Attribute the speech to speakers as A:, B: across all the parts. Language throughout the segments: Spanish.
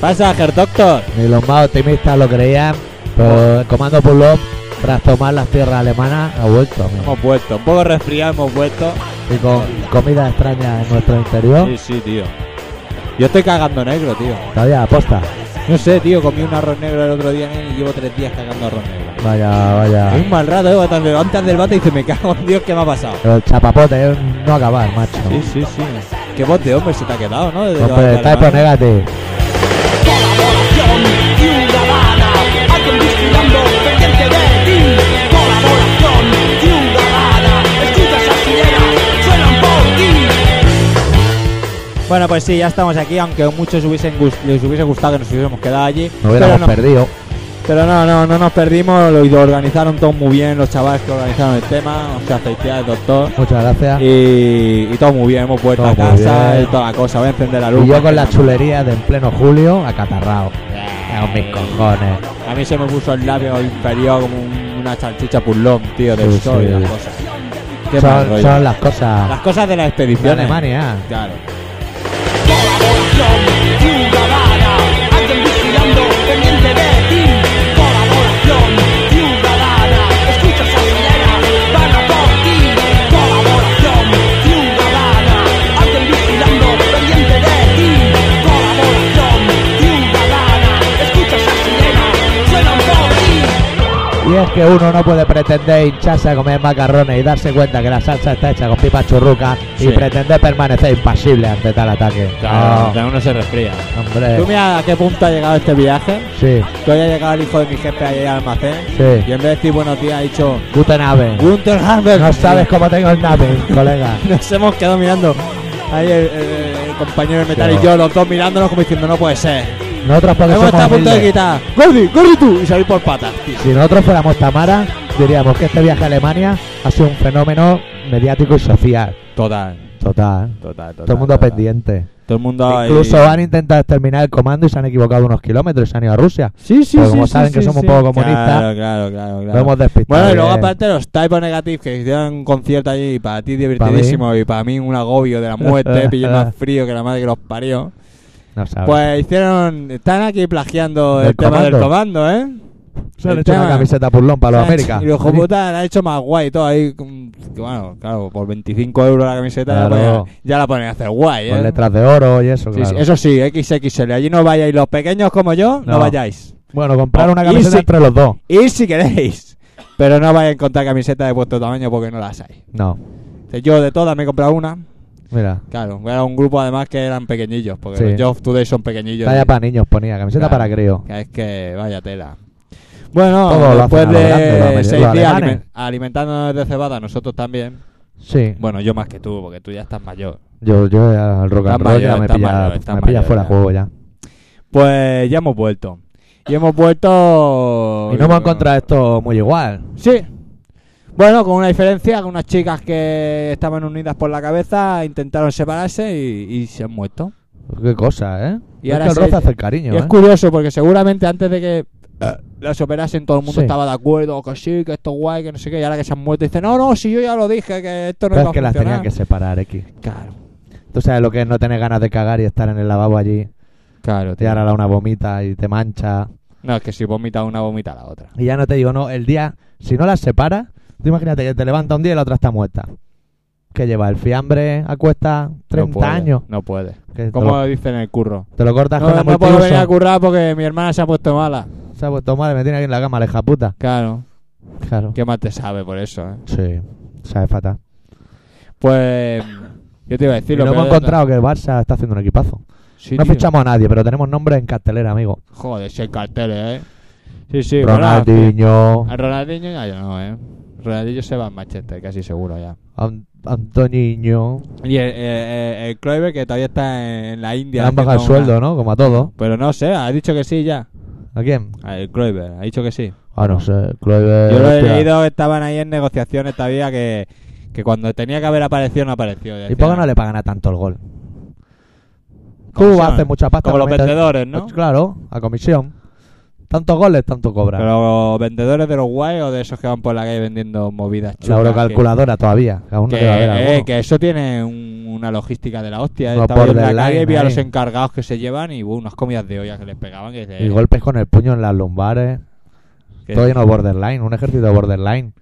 A: pasa, Herr Doctor?
B: Ni los más optimistas lo creían, pero el comando Pulov, tras tomar las tierras alemanas, ha vuelto. mira.
A: Hemos vuelto, un poco resfriado hemos vuelto.
B: Y con comida extraña en nuestro interior,
A: Sí, sí, tío. Yo estoy cagando negro, tío.
B: todavía aposta.
A: No sé, tío, comí un arroz negro el otro día nen, y llevo tres días cagando arroz negro.
B: Vaya, vaya.
A: Hay un mal rato, eh, cuando te levantas del bate y dices, me cago en Dios, ¿qué me ha pasado?
B: Pero el chapapote es un no acabar, macho.
A: Sí, sí, sí. Qué voz de hombre se te ha quedado, ¿no? Desde que vas de
B: Hombre, está por
A: Alemania.
B: negati.
C: Colaboración ciudadana, alguien vigilando, pendiente de ti. Colaboración ciudadana, escucha esas sirenas, suenan por ti.
A: Bueno, pues sí, ya estamos aquí, aunque a muchos hubiesen gust- les hubiese gustado que nos hubiésemos quedado allí.
B: Nos
A: pero
B: hubiéramos
A: no,
B: perdido.
A: pero no, no, no nos perdimos, lo, lo organizaron todo muy bien los chavales que organizaron el tema, o sea, felicidades, doctor.
B: Muchas gracias. Y,
A: Y, y todo muy bien, hemos vuelto
B: Ah. Todo
A: a
B: muy
A: casa
B: bien.
A: y toda la cosa, voy a encender la luz.
B: yo con la
A: las
B: chulería de en pleno julio, acatarrao. Con mis cojones.
A: A mí se me puso el labio inferior como un- una salchicha purlón, tío, de
B: Sí,
A: sol y
B: sí.
A: las cosas. Qué mal
B: Son,
A: rollo.
B: son las cosas
A: Las cosas de la
B: de
A: expedición.
B: Alemania.
A: Claro.
C: Colaboración ciudadana, alguien vigilando, pendiente de ti. Colaboración ciudadana, escucha esa sirena, van a por ti. Colaboración ciudadana, alguien vigilando, pendiente de ti. Colaboración ciudadana, escucha esa sirena, suenan por ti.
B: Y es que uno no puede pretender hincharse a comer macarrones y darse cuenta que la salsa está hecha con pipas churrucas
A: Sí.
B: y pretender permanecer impasible ante tal ataque. No,
A: uno se resfría. Tú
B: hombre.
A: mira a qué punto ha llegado este viaje.
B: Sí,
A: Que hoy ha llegado el hijo de mi jefe ahí al almacén.
B: sí.
A: Y en vez de decir buenos días, ha dicho
B: Guten Abend.
A: Gunther Hammer.
B: No sabes cómo tengo el napping, colega.
A: Nos hemos quedado mirando. Ahí el, el- el compañero de metal
B: Sí,
A: y yo, los dos mirándonos como diciendo, no puede ser.
B: Nosotros porque
A: Hemos estado
B: somos
A: a punto de
B: humildes.
A: quitar. Gordi, Gordi tú. Y salir por patas, tío.
B: Si nosotros fuéramos Tamara, diríamos que este viaje a Alemania ha sido un fenómeno mediático y social.
A: Total,
B: Total.
A: total, total.
B: Todo el mundo
A: total.
B: pendiente.
A: Todo el mundo ahí-
B: Incluso han intentado exterminar el comando y se han equivocado unos kilómetros y se han ido a Rusia.
A: Sí, sí,
B: Pero
A: sí,
B: como
A: sí,
B: saben
A: sí,
B: que somos
A: sí.
B: un poco comunistas,
A: Claro, claro, claro. claro.
B: lo hemos despistado.
A: Bueno, y luego
B: bien.
A: aparte los Type O Negative que hicieron un concierto allí para ti divertidísimo y para mí un agobio de la muerte, pillo más frío que la madre que los parió.
B: No sabes.
A: Pues hicieron, están aquí plagiando
B: Del
A: el tema del comando,
B: comando.
A: ¿eh?
B: se han
A: el
B: hecho una
A: tema-
B: camiseta purlón para los
A: Ah,
B: América.
A: Y los hijo puta la ha hecho más guay y todo ahí. con- que Bueno, claro, por 25 euros la camiseta ya la
B: Claro.
A: ponen- ya la ponen a hacer guay, ¿eh?
B: Con letras de oro y eso,
A: Sí,
B: Pues claro.
A: sí, eso sí, XXL. Allí no vayáis los pequeños como yo, no,
B: No.
A: vayáis.
B: Bueno, comprar una
A: Y
B: camiseta
A: si-
B: entre los dos.
A: Y si queréis, pero no vais a encontrar camisetas de vuestro tamaño porque no las hay.
B: No,
A: Entonces, Yo de todas me he comprado una.
B: mira.
A: Claro, era un grupo además que eran pequeñillos, porque
B: Sí.
A: los Job Today son pequeñillos.
B: Talla para niños ponía, camiseta
A: Claro.
B: para crío.
A: Que Es que vaya tela. Bueno,
B: Todo lo
A: después
B: hacen a lo grande, los
A: de
B: alemanes.
A: seis
B: Los
A: días
B: alemanes.
A: alimen- alimentándonos de cebada, nosotros también.
B: Sí.
A: Bueno, yo más que tú, porque tú ya estás mayor.
B: Yo, yo al rock
A: Está
B: and roll ya
A: mayor,
B: me
A: está
B: pilla,
A: mayor, está
B: me pilla
A: mayor
B: fuera de
A: ya.
B: juego ya.
A: Pues ya hemos vuelto. Y hemos vuelto.
B: Y no hemos encontrado esto muy igual.
A: Sí. Bueno, con una diferencia, con unas chicas que estaban unidas por la cabeza, intentaron separarse y, y se han muerto.
B: Qué cosa, ¿eh?
A: Y
B: Es
A: ahora
B: que el
A: se-
B: roce hace el cariño,
A: Y es
B: ¿eh?
A: curioso porque seguramente antes de que eh, las operasen todo el mundo
B: Sí.
A: estaba de acuerdo, que sí, que esto es guay, que no sé qué, y ahora que se han muerto dicen, no, no, si yo ya lo dije, que esto no
B: Pero
A: iba
B: es
A: a
B: que las tenían
A: funcionar.
B: que separar, X.
A: Claro,
B: Tú sabes lo que es no tener ganas de cagar y estar en el lavabo allí.
A: claro,
B: Te
A: tío.
B: hará una vomita y te mancha.
A: No, es que si vomita una, vomita la otra.
B: Y ya no te digo, no, el día, si no las separas, tú imagínate que te levanta un día y la otra está muerta. Que lleva el fiambre a cuesta
A: no
B: 30
A: puede,
B: años.
A: No puede.
B: Que te,
A: Como
B: lo,
A: dicen en el curro.
B: te lo cortas con
A: No,
B: la
A: no puedo venir a
B: multiuso.
A: currar porque mi hermana se ha puesto mala.
B: Se ha puesto madre, me tiene aquí en la cama, la hija puta.
A: Claro.
B: Claro.
A: ¿Qué más te sabe por eso, eh?
B: Sí, sabes fatal.
A: Pues... Yo te iba a
B: Y
A: decir
B: no
A: lo
B: hemos
A: peor de-
B: encontrado que el Barça está haciendo un equipazo.
A: Sí,
B: no
A: tío.
B: fichamos a nadie, pero tenemos nombres en cartelera, amigo.
A: Joder, si hay carteles, eh. Sí, sí, bueno,
B: Ronaldinho,
A: A Ronaldinho ya yo no, eh. Ronaldinho se va a Manchester, casi seguro ya.
B: An- Antoniño.
A: Y el, eh, eh, el Kluivert, que todavía está en, en la
B: Le
A: India.
B: han bajado el
A: haciendo
B: sueldo,
A: una-
B: ¿no? Como a todos.
A: Pero no sé, ha dicho que sí ya.
B: ¿A quién?
A: Ah, El Kluivert, ha dicho que sí.
B: Ah, no
A: No.
B: sé. Kluivert,
A: Yo lo he
B: hostia.
A: leído, que estaban ahí en negociaciones todavía que, que cuando tenía que haber aparecido no apareció.
B: ¿Y
A: Decían,
B: por qué no le pagan a tanto el gol?
A: ¿Cómo
B: Cuba
A: son?
B: hace mucha pasta.
A: Como los
B: mientras-
A: vendedores, ¿no?
B: Pues claro, a comisión. Tantos goles, tanto cobra.
A: Pero vendedores de los guay o de esos que van por la calle vendiendo movidas
B: la
A: chulas.
B: eurocalculadora todavía. Que aún
A: Que,
B: no debe haber
A: eh,
B: alguno.
A: que eso tiene un- una logística de la hostia. eh.
B: No,
A: Estaba yo
B: por eh.
A: en la
B: del
A: calle,
B: line,
A: vi a
B: ahí.
A: los encargados que se llevan y buh, unas comidas de olla que les pegaban. Que, dices,
B: Y golpes con el puño en las lumbares.
A: que-
B: Todo lleno de borderline. Un ejército de borderline.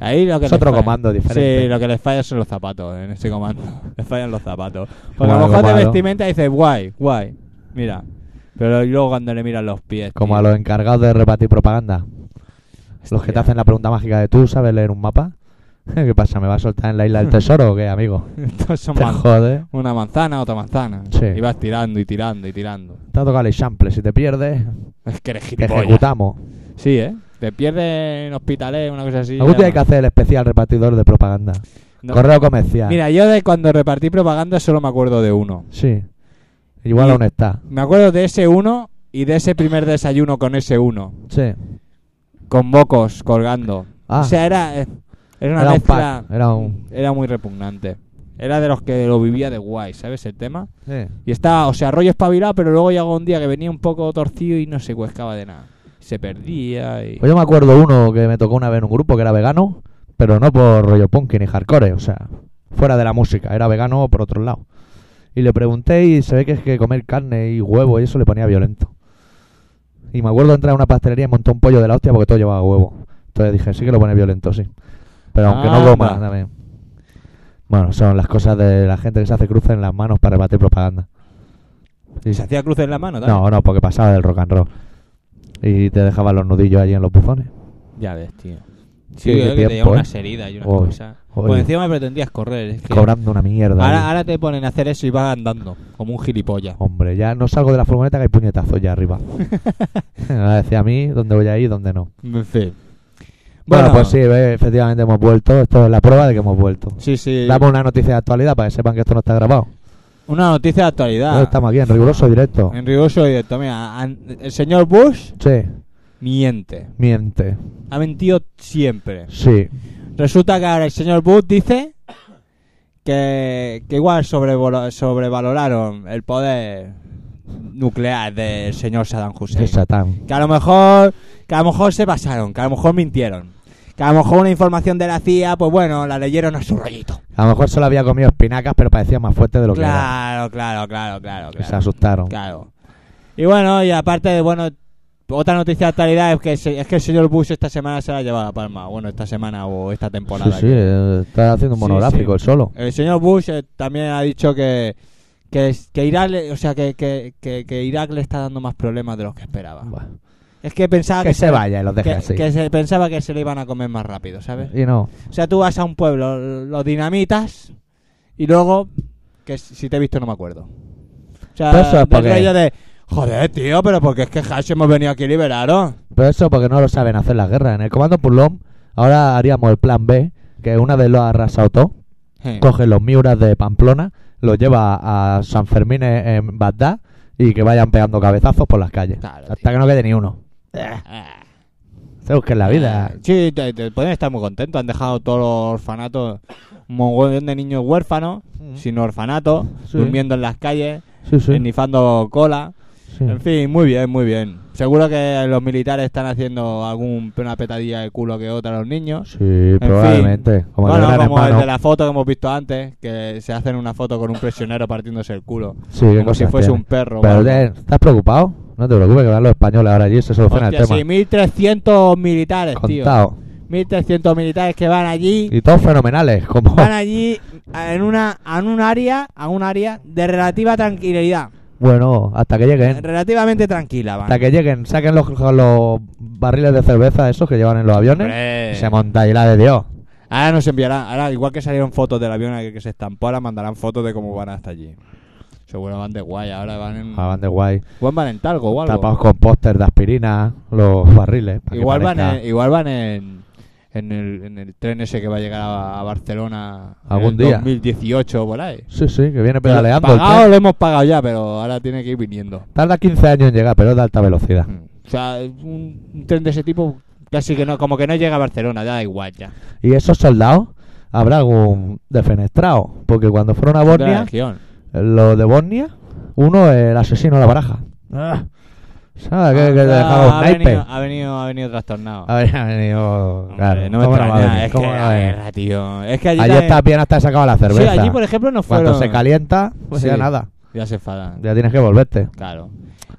A: Ahí lo que
B: Es
A: les
B: otro
A: falla-
B: comando diferente.
A: Sí, lo que les falla son los zapatos, eh, en ese comando. les fallan los zapatos. Porque a
B: Malo,
A: lo mejor de
B: malo.
A: vestimenta dices, guay, guay, mira. Pero luego cuando le miran los pies.
B: Como
A: tío,
B: a los encargados de repartir propaganda. Los que te
A: hostia.
B: hacen la pregunta mágica de tú sabes leer un mapa. ¿Qué pasa? ¿Me va a soltar en la isla del tesoro o qué, amigo?
A: Estos son
B: Te
A: man-
B: jode.
A: Una manzana, otra manzana.
B: Sí.
A: Y vas tirando y tirando y tirando.
B: Te ha tocado el chample. Si te pierdes,
A: Es que eres
B: te
A: gilipollas.
B: ejecutamos.
A: Sí, ¿eh? Te pierdes en hospitales, una cosa así.
B: Algún
A: ya
B: día hay que hacer el especial repartidor de propaganda.
A: no.
B: Correo comercial.
A: Mira, yo de cuando repartí propaganda solo me acuerdo de uno.
B: Sí. Igual
A: Y-
B: aún está.
A: Me acuerdo de ese uno y de ese primer desayuno con ese uno.
B: Sí.
A: Con bocos colgando.
B: Ah,
A: O sea, era, eh, era una
B: era un
A: mezcla.
B: pack. eh. Era un.
A: era muy repugnante. Era de los que lo vivía de guay, ¿sabes? El tema.
B: Sí.
A: Y estaba, o sea, rollo espabilado, pero luego llegó un día que venía un poco torcido y no se cuescaba de nada. Se perdía y.
B: Pues yo me acuerdo uno que me tocó una vez en un grupo que era vegano, pero no por rollo punk ni hardcore, o sea, fuera de la música, era vegano por otro lado. Y le pregunté y se ve que es que comer carne y huevo y eso le ponía violento. Y me acuerdo de entrar a una pastelería y montar un pollo de la hostia porque todo llevaba huevo. Entonces dije, sí que lo pone violento, sí. Pero aunque no
A: Anda.
B: coma también. Bueno, son las cosas de la gente que se hace cruces en las manos para rebatir propaganda. Sí,
A: se hacía cruces en la mano, también.
B: No, no, porque pasaba del rock and roll. Y te dejaban los nudillos allí en los buzones.
A: Ya ves, tío. Sí,
B: Sí,
A: creo que
B: qué
A: te
B: tiempo,
A: llevan unas
B: ¿eh?
A: heridas y unas
B: Oy,
A: cosas.
B: oy.
A: Por encima pretendías correr. es que
B: cobrando una mierda. eh.
A: ahora,
B: ahí.
A: ahora te ponen a hacer eso y vas andando, como un gilipollas.
B: Hombre, ya no salgo de la furgoneta que hay puñetazos ya arriba. ahora decía a mí dónde voy a ir y dónde no.
A: En fin.
B: Bueno, pues sí, ve, efectivamente hemos vuelto. Esto es la prueba de que hemos vuelto.
A: Sí, sí.
B: Damos una noticia de actualidad para que sepan que esto no está grabado.
A: Una noticia de actualidad.
B: No, Estamos aquí en riguroso directo.
A: En riguroso directo. Mira, an- el señor Bush
B: Sí,
A: miente.
B: miente.
A: Ha mentido siempre.
B: Sí,
A: Resulta que ahora el señor Bush dice que, que igual sobrevalo- sobrevaloraron el poder nuclear del señor Saddam Hussein.
B: es Satán.
A: Que a lo mejor, que a lo mejor se pasaron, que a lo mejor mintieron. Que a lo mejor una información de la CIA, pues bueno, la leyeron a su rollito.
B: A lo mejor solo había comido espinacas, pero parecía más fuerte de lo que era.
A: Claro, claro, claro, claro,
B: Se
A: claro.
B: asustaron.
A: Claro. Y bueno, y aparte de, bueno, otra noticia de actualidad es que, se- es que el señor Bush esta semana se la ha llevado a la palma. Bueno, esta semana o esta
B: sí,
A: temporada.
B: sí,
A: que-
B: eh, está haciendo un
A: Sí,
B: monográfico
A: sí.
B: el solo.
A: El señor Bush eh, también ha dicho que, que, es- que Irak, le- o sea, que, que, que- que Irak le está dando más problemas de los que esperaba.
B: Buah.
A: Es que pensaba
B: Que se vaya y los deje
A: que-
B: así.
A: que se pensaba que se le iban a comer más rápido, ¿sabes?
B: Y no.
A: O sea, tú vas a un pueblo, los dinamitas y luego, que s- si te he visto no me acuerdo. O sea,
B: Pero eso es
A: del
B: porque-
A: rollo de, joder, tío, pero porque es que Hash hemos venido aquí liberaros.
B: Pero eso porque no lo saben hacer las guerras. En el comando Pulón, ahora haríamos el plan B, que una vez lo ha arrasado todo,
A: Sí.
B: coge los miuras de Pamplona, los lleva a San Fermín en Bagdad y que vayan pegando cabezazos por las calles.
A: Claro,
B: hasta
A: tío.
B: que no quede ni uno.
A: Ah.
B: Se busca en la vida.
A: eh. Sí, te, te pueden estar muy contentos. Han dejado todos los orfanatos, un montón de niños huérfanos, sin orfanato,
B: Mm. Sí.
A: durmiendo en las calles,
B: Sí, sí,
A: ennifando cola.
B: sí.
A: En fin, muy bien, muy bien. Seguro que los militares están haciendo algún, una petadilla de culo que otra a los niños.
B: Sí, probablemente. Como el
A: bueno,
B: gran
A: como el
B: hermano.
A: de la foto que hemos visto antes, que se hacen una foto con un prisionero partiéndose el culo.
B: Sí, qué
A: Como si
B: cosas
A: fuese
B: tiene.
A: un perro. o
B: Pero
A: algo.
B: eh, ¿estás preocupado? No te preocupes que van los españoles ahora allí y se soluciona
A: Hostia,
B: el tema.
A: sí, 1300 militares, tío.
B: Contado.
A: 1300 militares que van allí
B: Y todos fenomenales, como...
A: van allí en una en un área a un área de relativa tranquilidad
B: Bueno, hasta que lleguen.
A: relativamente tranquila van
B: Hasta que lleguen, saquen los, los barriles de cerveza esos que llevan en los aviones.
A: Hombre. Mm.
B: y se monta y la de Dios.
A: ahora nos enviarán ahora igual que salieron fotos del avión que, que se estampó ahora mandarán fotos de cómo van hasta allí seguro van de guay ahora van en
B: Ah, van de guay.
A: igual van en talgo o algo
B: Tapados con póster de aspirina, los barriles. pa' que
A: igual van
B: parezca
A: en, igual van en en el, en el tren ese que va a llegar a, a Barcelona en
B: Algún
A: el
B: día.
A: 2018 por ahí
B: Sí, sí, que viene pedaleando. el
A: pagado
B: tren.
A: lo hemos pagado ya pero ahora tiene que ir viniendo
B: Tarda 15 años en llegar, pero es de alta velocidad.
A: O sea, un, un tren de ese tipo casi que no, como que no llega a Barcelona, ya da igual ya.
B: Y esos soldados, habrá algún defenestrado. Porque cuando fueron a
A: De la
B: Bosnia,
A: región.
B: los de Bosnia, uno el asesino de la baraja. Ah, ¿Sabes? Que, que te
A: Anda,
B: dejaba un
A: Ah, ha, venido,
B: naipe.
A: ha venido, ha venido trastornado.
B: A ver, ha venido.
A: Hombre,
B: Claro,
A: no me
B: ¿cómo va a
A: extraña,
B: venir?
A: es que,
B: ¿Cómo va a
A: a
B: venir?
A: ver, tío, es que allí,
B: Allí
A: también-
B: está bien hasta sacado la
A: Sí,
B: cerveza.
A: allí, por ejemplo, no fueron...
B: Cuando se calienta, pues
A: Sí.
B: ya nada.
A: Ya se enfadan,
B: Ya tienes que volverte.
A: claro.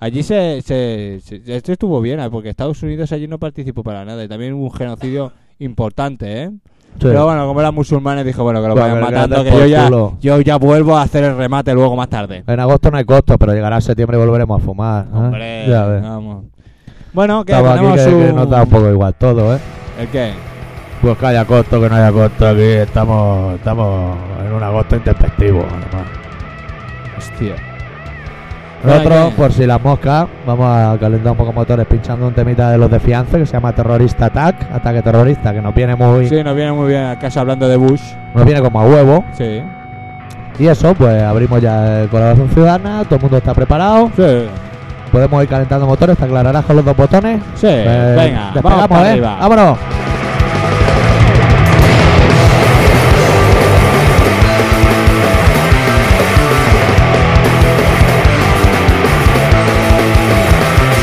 A: Allí se, se, se- Esto estuvo bien, ¿eh? porque Estados Unidos allí no participó para nada. Y también hubo un genocidio importante, ¿eh? Pero bueno, como eran musulmanes, dijo, bueno, que lo
B: Bueno,
A: vayan
B: que lo
A: matando, que
B: maten
A: yo
B: por
A: ya,
B: culo.
A: yo ya vuelvo a hacer el remate luego más tarde.
B: En agosto no hay costo, pero llegará septiembre y volveremos a fumar. ¿eh?
A: Hombre,
B: ya ves.
A: vamos. Bueno, que
B: Estamos aquí
A: tenemos
B: que, que
A: un-
B: nos da un poco igual todo, ¿eh?
A: ¿El qué?
B: Pues que haya costo, que no haya costo aquí. Estamos, estamos en un agosto intempestivo, además.
A: Hostia.
B: Nosotros,
A: Vale.
B: por si las moscas, vamos a calentar un poco motores pinchando un temita de los de fianza que se llama Terrorista Attack, ataque terrorista, que nos viene muy.
A: Sí, nos viene muy bien a casa hablando de Bush.
B: nos viene como a huevo.
A: Sí.
B: Y eso, pues abrimos ya el colaboración ciudadana, todo el mundo está preparado.
A: Sí.
B: Podemos ir calentando motores, te aclararás con los dos botones.
A: Sí.
B: Eh,
A: Venga, vamos
B: despegamos,
A: para
B: ¿eh?
A: arriba.
B: ¡Vámonos!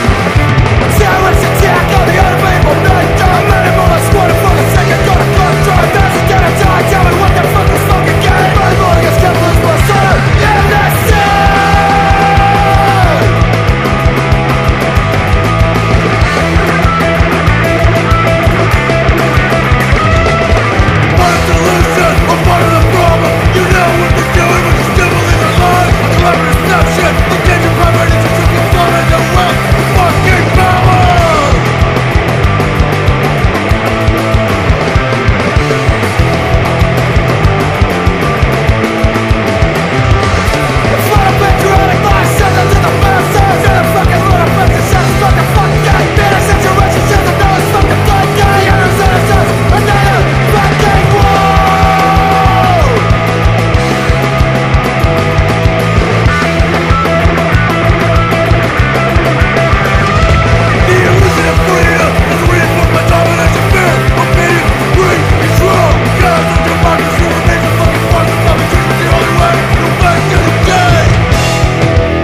D: Terrorist attack on the urban overnight Don't let him on us one for the second Gonna fuck drive fast gonna die Tell me what the fuck is fucking game My body is capitalist my son And that's it Part of the solution, I'm part of the problem You know what we're doing, but you still believe in love A clever deception, the danger poverty To trick and fun and the wealth, fucking power Fucking Yeah!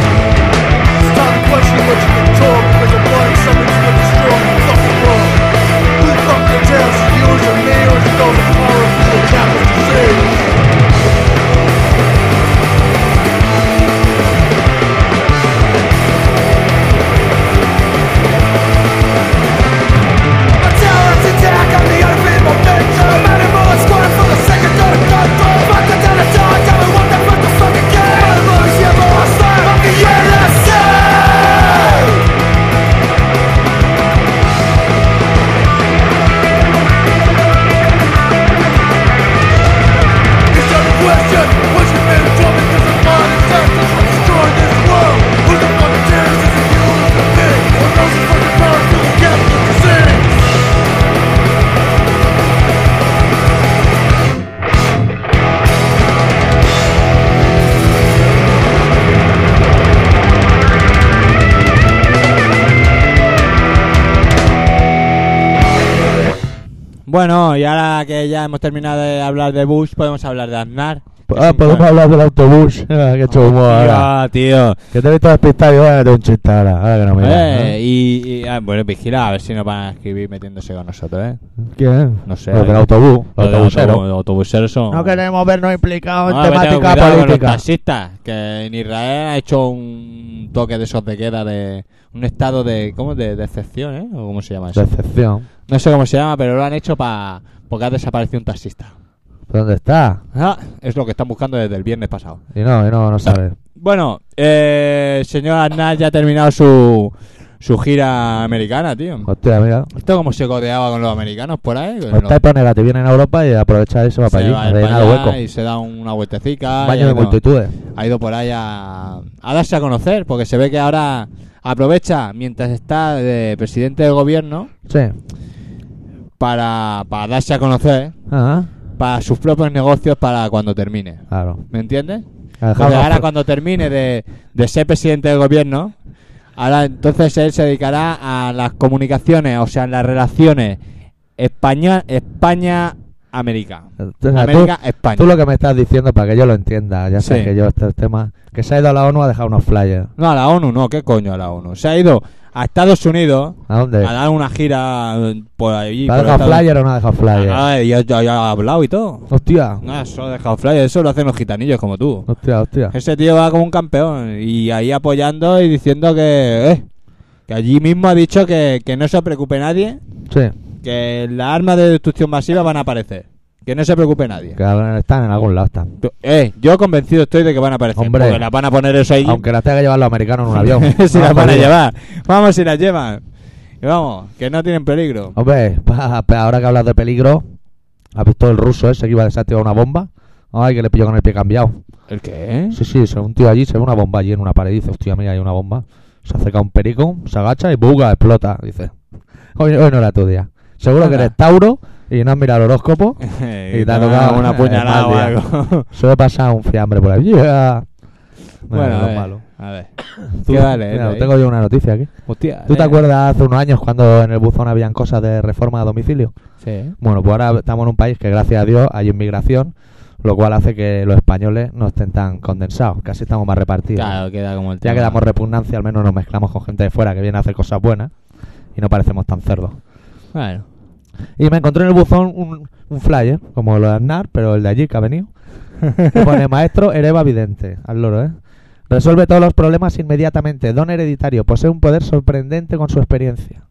D: Stop questioning what you control because your blood is something to destroy the fucking world. Who the fuck can tell if it's yours or me or is it those power of the capitalist disease? A terrorist attack on the unbeatable nature I'm animal and squatting for the sake of good control Fuck the dead and die, tell me what the fuck the fucking game My lungs have lost time, I'm the NSA It's not a question What you made of drumming Cause the mind is death That's what destroyed this world Who the fuck cares Is it you or is it me Or those who fucking power Through the gap of disease
A: Bueno, y ahora que ya hemos terminado de hablar de Bush, podemos hablar de Aznar.
B: Ah, podemos hablar del autobús. Ah, qué chungo ahora.
A: Ah, tío.
B: Que te he visto despistado y voy a meter un chiste ahora. Ahora que no me digas,
A: Eh, y, y- ah, bueno, vigila a ver si nos van a escribir metiéndose con nosotros, ¿eh?
B: ¿no? ¿Quién?
A: No sé.
B: Los del autobús.
A: Los
B: Los
A: de
B: autobuseros.
A: autobu- autobuseros son...
B: No queremos vernos implicados
A: Ah, vete,
B: en temática
A: cuidado con los
B: política.
A: taxistas, que en Israel ha hecho un toque de esos de queda de un estado de ¿cómo? de, de excepción, ¿eh? ¿O cómo se llama eso?
B: Decepción.
A: No sé cómo se llama, pero lo han hecho para porque ha desaparecido un taxista.
B: ¿Dónde está?
A: Ah, es lo que están buscando desde el viernes pasado.
B: Y no, y no, no sabes.
A: Bueno, eh, señor Aznar ya ha terminado su, su gira americana, tío.
B: Hostia, mira.
A: Esto como se codeaba con los americanos por ahí. con los-
B: Pues Está por negativo viene en Europa y aprovecha y se va para allí.
A: va
B: A
A: para
B: rellenar
A: allá
B: hueco.
A: y se da una vueltecica. y
B: Baño de
A: no.
B: multitudes.
A: ha ido por ahí a, a darse a conocer, porque se ve que ahora aprovecha, mientras está de presidente del gobierno,
B: Sí.
A: para, para darse a conocer.
B: Ajá.
A: para sus propios negocios para cuando termine.
B: Claro.
A: ¿Me entiendes? Porque
B: Ha dejado los
A: Pues ahora
B: pro-
A: cuando termine de, de ser presidente del gobierno, ahora entonces él se dedicará a las comunicaciones, o sea, las relaciones España- España-América.
B: Entonces, tú-
A: América-España.
B: Tú lo que me estás diciendo para que yo lo entienda, ya sabes
A: Sí.
B: que yo estos temas que se ha ido a la ONU a dejar unos flyers.
A: No, a la ONU no, ¿qué coño a la ONU? Se ha ido a Estados Unidos
B: ¿A dónde?
A: a dar una gira eh, por allí.
B: ¿La ha
A: por
B: dejado
A: Estados-
B: flyer o no ha dejado flyer?
A: Ah, ya, ya- ya ha hablado y todo.
B: Hostia,
A: No, eso ha dejado flyer, eso lo hacen los gitanillos como tú.
B: hostia, hostia.
A: Ese tío va como un campeón y ahí apoyando y diciendo que... eh, que allí mismo ha dicho que, que no se preocupe nadie,
B: Sí,
A: que las armas de destrucción masiva van a aparecer. Que no se preocupe nadie.
B: que ahora están en algún lado, están.
A: Eh, yo convencido estoy de que van a aparecer.
B: Hombre.
A: Porque las van a poner eso ahí.
B: Aunque las tenga que llevar los americanos en un avión.
A: si
B: No,
A: las van a
B: hombre.
A: llevar. Vamos, si las llevan. Y vamos, que no tienen peligro.
B: Hombre, pa- pa- ahora que hablas de peligro, ¿has visto el ruso ese que iba a desactivar una bomba? Ay, que le pilló con el pie cambiado.
A: ¿El qué?
B: Sí, sí, se ve un tío allí, se ve una bomba allí en una pared y dice, hostia, mira, hay una bomba. Se acerca un perico, se agacha y buga, explota. Dice, hoy, hoy no era tu día. Seguro que
A: Anda.
B: eres Tauro y no has mirado el horóscopo.
A: y
B: te ha tocado
A: una
B: el
A: puñalada o
B: mal
A: algo.
B: Solo pasa un fiambre por allí. Yeah.
A: bueno,
B: no
A: a
B: es
A: ver,
B: malo.
A: a ver.
B: Tú-
A: ¿Qué vale?
B: mira, tengo yo una noticia aquí.
A: Hostia.
B: ¿Tú te
A: eh.
B: acuerdas hace unos años cuando en el buzón habían cosas de reforma a domicilio?
A: Sí.
B: Bueno, pues ahora estamos en un país que gracias a Dios hay inmigración, lo cual hace que los españoles no estén tan condensados, casi estamos más repartidos.
A: Claro, queda como el
B: Ya
A: tema.
B: que damos repugnancia, al menos nos mezclamos con gente de fuera que viene a hacer cosas buenas y no parecemos tan cerdos.
A: Bueno.
B: Y me encontré en el buzón un, un flyer, como lo de Aznar, pero el de allí que ha venido. Que pone maestro Ereva Vidente, al loro, ¿eh? Resuelve todos los problemas inmediatamente, don hereditario, posee un poder sorprendente con su experiencia.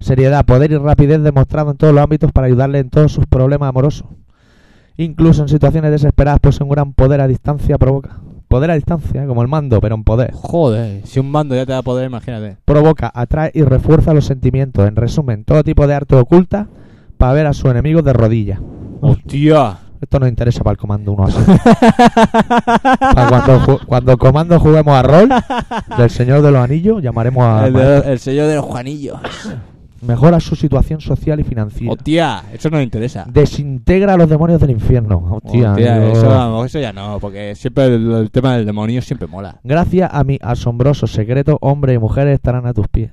B: Seriedad, poder y rapidez demostrado en todos los ámbitos para ayudarle en todos sus problemas amorosos. Incluso en situaciones desesperadas posee un gran poder a distancia provoca. Poder a distancia, como el mando, pero en poder.
A: Joder, si un mando ya te da poder, imagínate.
B: provoca, atrae y refuerza los sentimientos. En resumen, todo tipo de arte oculta para ver a su enemigo de rodillas.
A: ¡Hostia!
B: Esto nos interesa para el comando 1 cuando, ju- cuando comando juguemos a rol del Señor de los Anillos, llamaremos a.
A: el, de- el sello de los Juanillos.
B: Mejora su situación social y financiera.
A: ¡Hostia! Eso no me interesa.
B: Desintegra a los demonios del infierno. Hostia, yo-
A: eso, vamos, eso ya no, porque siempre el, el tema del demonio siempre mola.
B: Gracias a mi asombroso secreto, hombres y mujeres estarán a tus pies.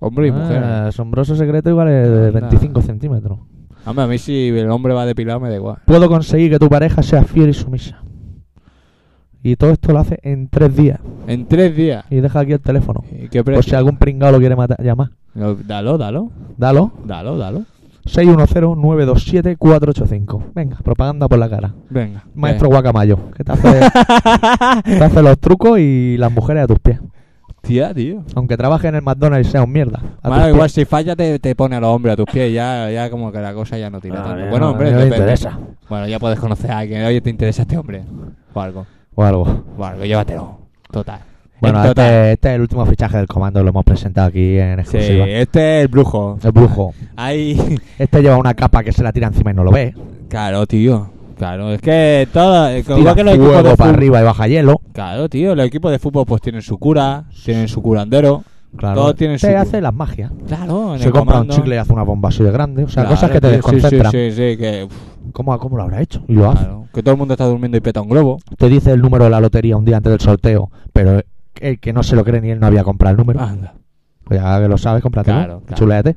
A: Hombre y
B: Ah,
A: mujer.
B: asombroso secreto igual es de 25 centímetros.
A: Hombre, a mí si el hombre va depilado me da igual.
B: Puedo conseguir que tu pareja sea fiel y sumisa. Y todo esto lo hace en tres días.
A: En tres días.
B: Y deja aquí el teléfono.
A: ¿Y ¿Qué
B: Por si
A: precio?
B: algún pringado lo quiere matar, llamar.
A: No, Dalo, dalo.
B: Dalo.
A: Dalo, dalo.
B: 610-927-485. Venga, propaganda por la cara.
A: Venga.
B: Maestro Guacamayo, que te hace, te hace los trucos y las mujeres a tus pies.
A: Tía, tío.
B: Aunque trabaje en el McDonald's y sea un mierda. A
A: Malo,
B: tus
A: igual
B: pies.
A: si falla te, te pone a los hombres a tus pies. Ya, ya como que la cosa ya no tira
B: No,
A: tanto.
B: no,
A: bueno,
B: Ah, no,
A: hombre,
B: no me
A: depende.
B: interesa.
A: Bueno, ya puedes conocer a alguien. Oye, ¿te interesa este hombre? O algo.
B: O algo.
A: O algo, llévatelo. Total.
B: Bueno,
A: En total.
B: este, este es el último fichaje del comando. Lo hemos presentado aquí en
A: Sí,
B: exclusiva.
A: este es el brujo.
B: El brujo.
A: Ahí.
B: Este lleva una capa que se la tira encima y no lo ve.
A: Claro, tío. Claro, es que todo.
B: Tira
A: Igual que los equipos de
B: fuego para
A: fútbol.
B: arriba y baja hielo.
A: Claro, tío. Los equipos de fútbol pues tienen su cura, tienen su curandero.
B: Claro.
A: Todo tiene
B: se
A: su-
B: hace las magias.
A: Claro, en
B: Se
A: el
B: compra
A: comando.
B: un chicle y hace una bomba así de grande. O sea,
A: Claro,
B: cosas que te
A: tío,
B: desconcentran.
A: Sí, sí, sí, sí, que, uf,
B: ¿Cómo, ¿Cómo lo habrá hecho? Y lo hace.
A: claro, que todo el mundo está durmiendo y peta un globo.
B: Te dice el número de la lotería un día antes del sorteo, pero el que no se lo cree ni él no había comprado el número.
A: Anda.
B: Pues ya que lo sabes, cómpratelo.
A: Ah. Claro, claro.
B: Chuléate.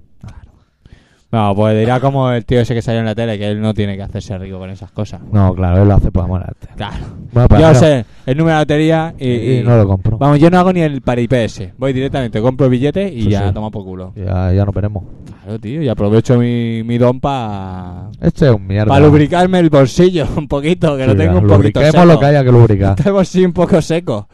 A: No, pues dirá como el tío ese que salió en la tele, que él no tiene que hacerse rico con esas cosas.
B: No, claro, él lo hace por amor al arte.
A: Claro.
B: Bueno, pues,
A: Yo
B: pero-
A: sé el número de la lotería y,
B: Y,
A: y-
B: no lo compro.
A: Vamos, yo no hago ni el para IPS. Voy directamente, compro billetes y
B: Sí,
A: ya
B: sí.
A: toma por culo.
B: Ya, ya no veremos.
A: Claro, tío, y aprovecho mi, mi don para
B: Este es un mierda.
A: Para lubricarme el bolsillo un poquito, que lo
B: Sí,
A: tengo
B: ya,
A: un poquito
B: Lubriquemos
A: seco.
B: lo que haya que lubricar.
A: Está el bolsillo un poco seco.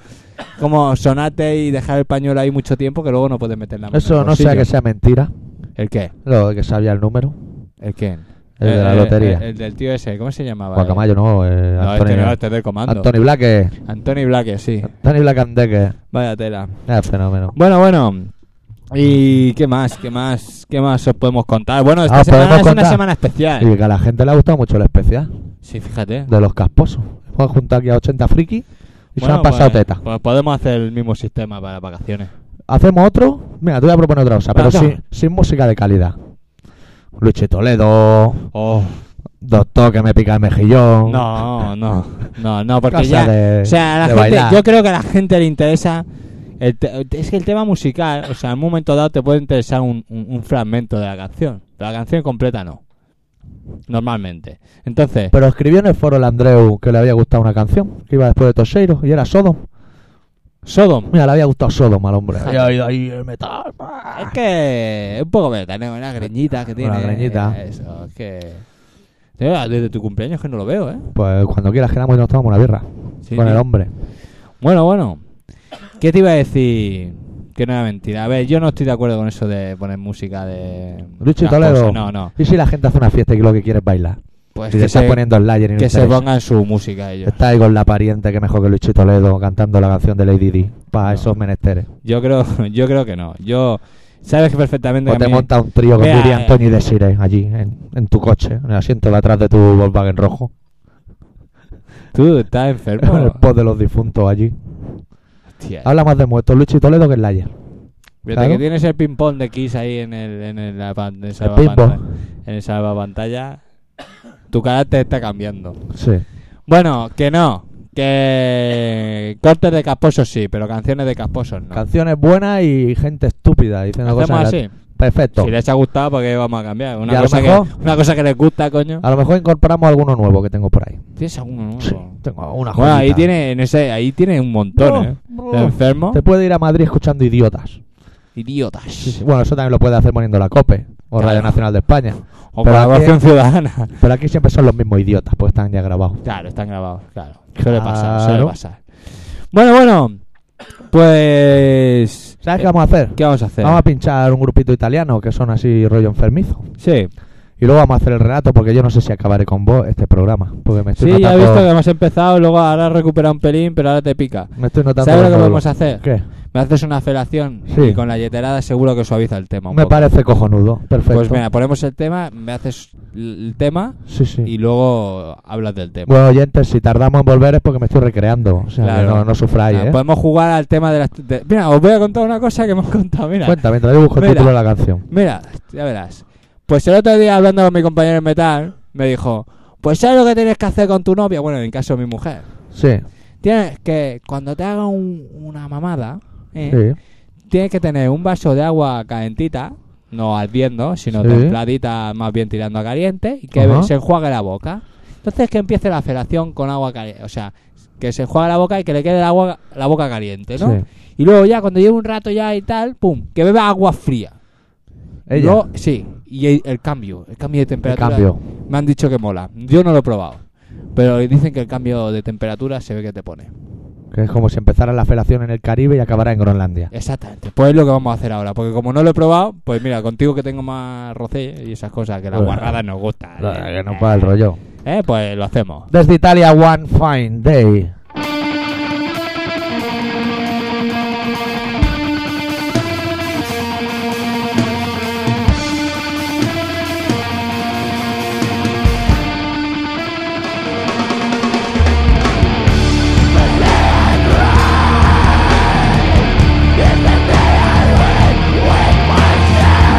A: Como sonate y dejar el pañuelo ahí mucho tiempo que luego no puedes meter la mano. en
B: Eso
A: el
B: no sea
A: bolsillo.
B: que sea mentira.
A: ¿El qué?
B: Lo de que sabía el número.
A: ¿El quién?
B: El de la lotería.
A: El, del tío ese, ¿cómo se llamaba?
B: Guacamayo, no. eh,
A: Ah, No,
B: Antonio-
A: este no, este es del comando.
B: Anthony Blaque.
A: Anthony Blaque, sí.
B: Anthony Blacandeque.
A: Vaya tela.
B: Es eh. fenómeno.
A: Bueno, bueno. ¿Y qué más? ¿Qué más? ¿Qué más os podemos contar? Bueno, esta
B: Ah,
A: semana
B: podemos
A: es
B: contar.
A: una semana especial.
B: Y que a la gente le ha gustado mucho el especial
A: Sí, fíjate.
B: de los casposos. Hemos juntado aquí a 80 frikis y se
A: Bueno,
B: han pasado
A: pues-
B: teta.
A: Pues podemos hacer el mismo sistema para vacaciones.
B: Hacemos otro. Mira, te voy a proponer otra cosa, pero
A: Venga.
B: sin, sin música de calidad. Luche Toledo,
A: Oh,
B: Doctor que me pica el mejillón.
A: No, no, no, no, porque
B: Cosa
A: ya.
B: de-
A: o sea, a la
B: de
A: gente,
B: bailar.
A: yo creo que a la gente le interesa. el te- es que el tema musical, o sea, en un momento dado te puede interesar un, un- un fragmento de la canción. Pero la canción completa no. Normalmente. Entonces,
B: Pero escribió en el foro el Andreu que le había gustado una canción que iba después de Toseiro y era Sodom.
A: Sodom.
B: Mira, le había gustado Sodom al hombre.
A: Ajá.
B: Había oído ahí el metal. bah.
A: Es que es un poco vertaneo, una greñita que tiene.
B: Una greñita.
A: Eso, es que. Yo Desde tu cumpleaños que no lo veo, ¿eh?
B: Pues cuando quieras quedamos y nos tomamos una birra
A: Sí,
B: con
A: sí.
B: el hombre.
A: Bueno, bueno. ¿Qué te iba a decir? Que no era mentira. A ver, yo no estoy de acuerdo con eso de poner música de.
B: Lucho y
A: las
B: Toledo.
A: cosas. No, no.
B: ¿Y si la gente hace una fiesta y lo que quiere es bailar?
A: Pues
B: y te
A: que,
B: estás
A: se,
B: poniendo el layer y no
A: que se
B: interesa.
A: pongan su música ellos.
B: Está ahí con la pariente que mejor que Lucho y Toledo cantando la canción de Lady Di para
A: No.
B: esos menesteres.
A: Yo creo, yo creo que no. Yo. Sabes que perfectamente.
B: O
A: que a
B: Pues te
A: mí-
B: monta un trío con
A: Mira,
B: Yuri
A: eh.
B: Antonio y Desiree allí en, en tu coche, en el asiento de atrás de tu Volkswagen rojo.
A: Tú estás enfermo.
B: En el pod de los difuntos allí.
A: Hostia.
B: Habla más de muertos Lucho y Toledo que el layer.
A: Fíjate
B: claro.
A: que tienes el ping-pong de Kiss ahí en el, en el, la pan- en el
B: ping-pong.
A: salvapantalla. En el salvapantalla. Tu carácter está cambiando.
B: Sí.
A: Bueno, que no. Que cortes de casposos sí, pero canciones de casposos no.
B: Canciones buenas y gente estúpida diciendo
A: Hacemos
B: cosas.
A: así.
B: Perfecto.
A: Si les ha gustado, porque vamos a cambiar.
B: Y
A: Una,
B: a lo
A: cosa que,
B: mejor-
A: una cosa que les gusta, coño.
B: A lo mejor incorporamos alguno nuevo que tengo por ahí.
A: ¿Tienes alguno nuevo?
B: Sí, tengo una
A: Bueno, ahí
B: joyita.
A: tiene, en ese, ahí tiene un montón, ¿eh?
B: Bro,
A: De
B: bro.
A: enfermos.
B: Te puede ir a Madrid escuchando idiotas.
A: Idiotas.
B: Bueno, eso también lo puede hacer poniendo la COPE o
A: Claro.
B: Radio Nacional de España.
A: O
B: Pero
A: colaboración ciudadana.
B: Pero aquí siempre son los mismos idiotas, porque están ya grabados.
A: Claro, están grabados, claro. Suele pasar, suele
B: Claro.
A: pasar. Bueno, bueno. Pues.
B: ¿Sabes qué vamos a hacer?
A: ¿Qué vamos a hacer?
B: Vamos a pinchar un grupito italiano que son así rollo enfermizo.
A: sí,
B: Y luego vamos a hacer el relato porque yo no sé si acabaré con vos este programa. Porque me
A: sí
B: estoy
A: ya he
B: notando,
A: visto que hemos empezado, luego ahora recupera un pelín, pero ahora te pica.
B: me estoy notando
A: ¿Sabes lo
B: los
A: que
B: nódulos.
A: podemos hacer?
B: ¿Qué?
A: Me haces una felación
B: Sí.
A: y con la yeterada seguro que suaviza el tema. un
B: Me
A: poco.
B: parece cojonudo. Perfecto.
A: Pues mira, ponemos el tema, me haces l- el tema
B: sí, sí.
A: y luego hablas del tema.
B: Bueno, oyentes, si tardamos en volver es porque me estoy recreando. O sea, que
A: Claro.
B: no, no sufráis,
A: Ah,
B: ¿eh?
A: Podemos jugar al tema de las... de- Mira, os voy a contar una cosa que me han contado, mira.
B: Cuenta, mientras yo busco el
A: Mira.
B: título de la canción.
A: Mira, ya verás. Pues el otro día hablando con mi compañero en metal, me dijo, pues ¿sabes lo que tienes que hacer con tu novia? Bueno, en el caso de mi mujer. Eh,
B: Sí,
A: Tienes que, cuando te haga un- una mamada, ¿eh?
B: sí.
A: tienes que tener un vaso de agua calentita, no ardiendo, sino
B: Sí.
A: templadita, más bien tirando a caliente, y que
B: Ajá.
A: se enjuague la boca. Entonces que empiece la felación con agua caliente, o sea, que se enjuague la boca y que le quede el agua, la boca caliente, ¿no?
B: sí.
A: Y luego ya, cuando lleve un rato ya y tal, pum, que beba agua fría.
B: Ella,
A: Luego- sí, y el, el cambio, el cambio de
B: el
A: temperatura.
B: cambio.
A: Me han dicho que mola. Yo no lo he probado. Pero dicen que el cambio de temperatura se ve que te pone.
B: Que es como si empezara la felación en el Caribe y acabara en Groenlandia.
A: Exactamente. Pues es lo que vamos a hacer ahora. Porque como no lo he probado, pues mira, contigo que tengo más rocé y esas cosas que las
B: Bueno.
A: guarradas nos gustan.
B: Ah, que no para el rollo.
A: Eh, pues lo hacemos.
B: Desde Italia, One Fine Day.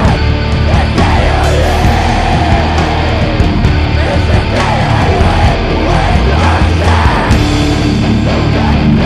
E: Thank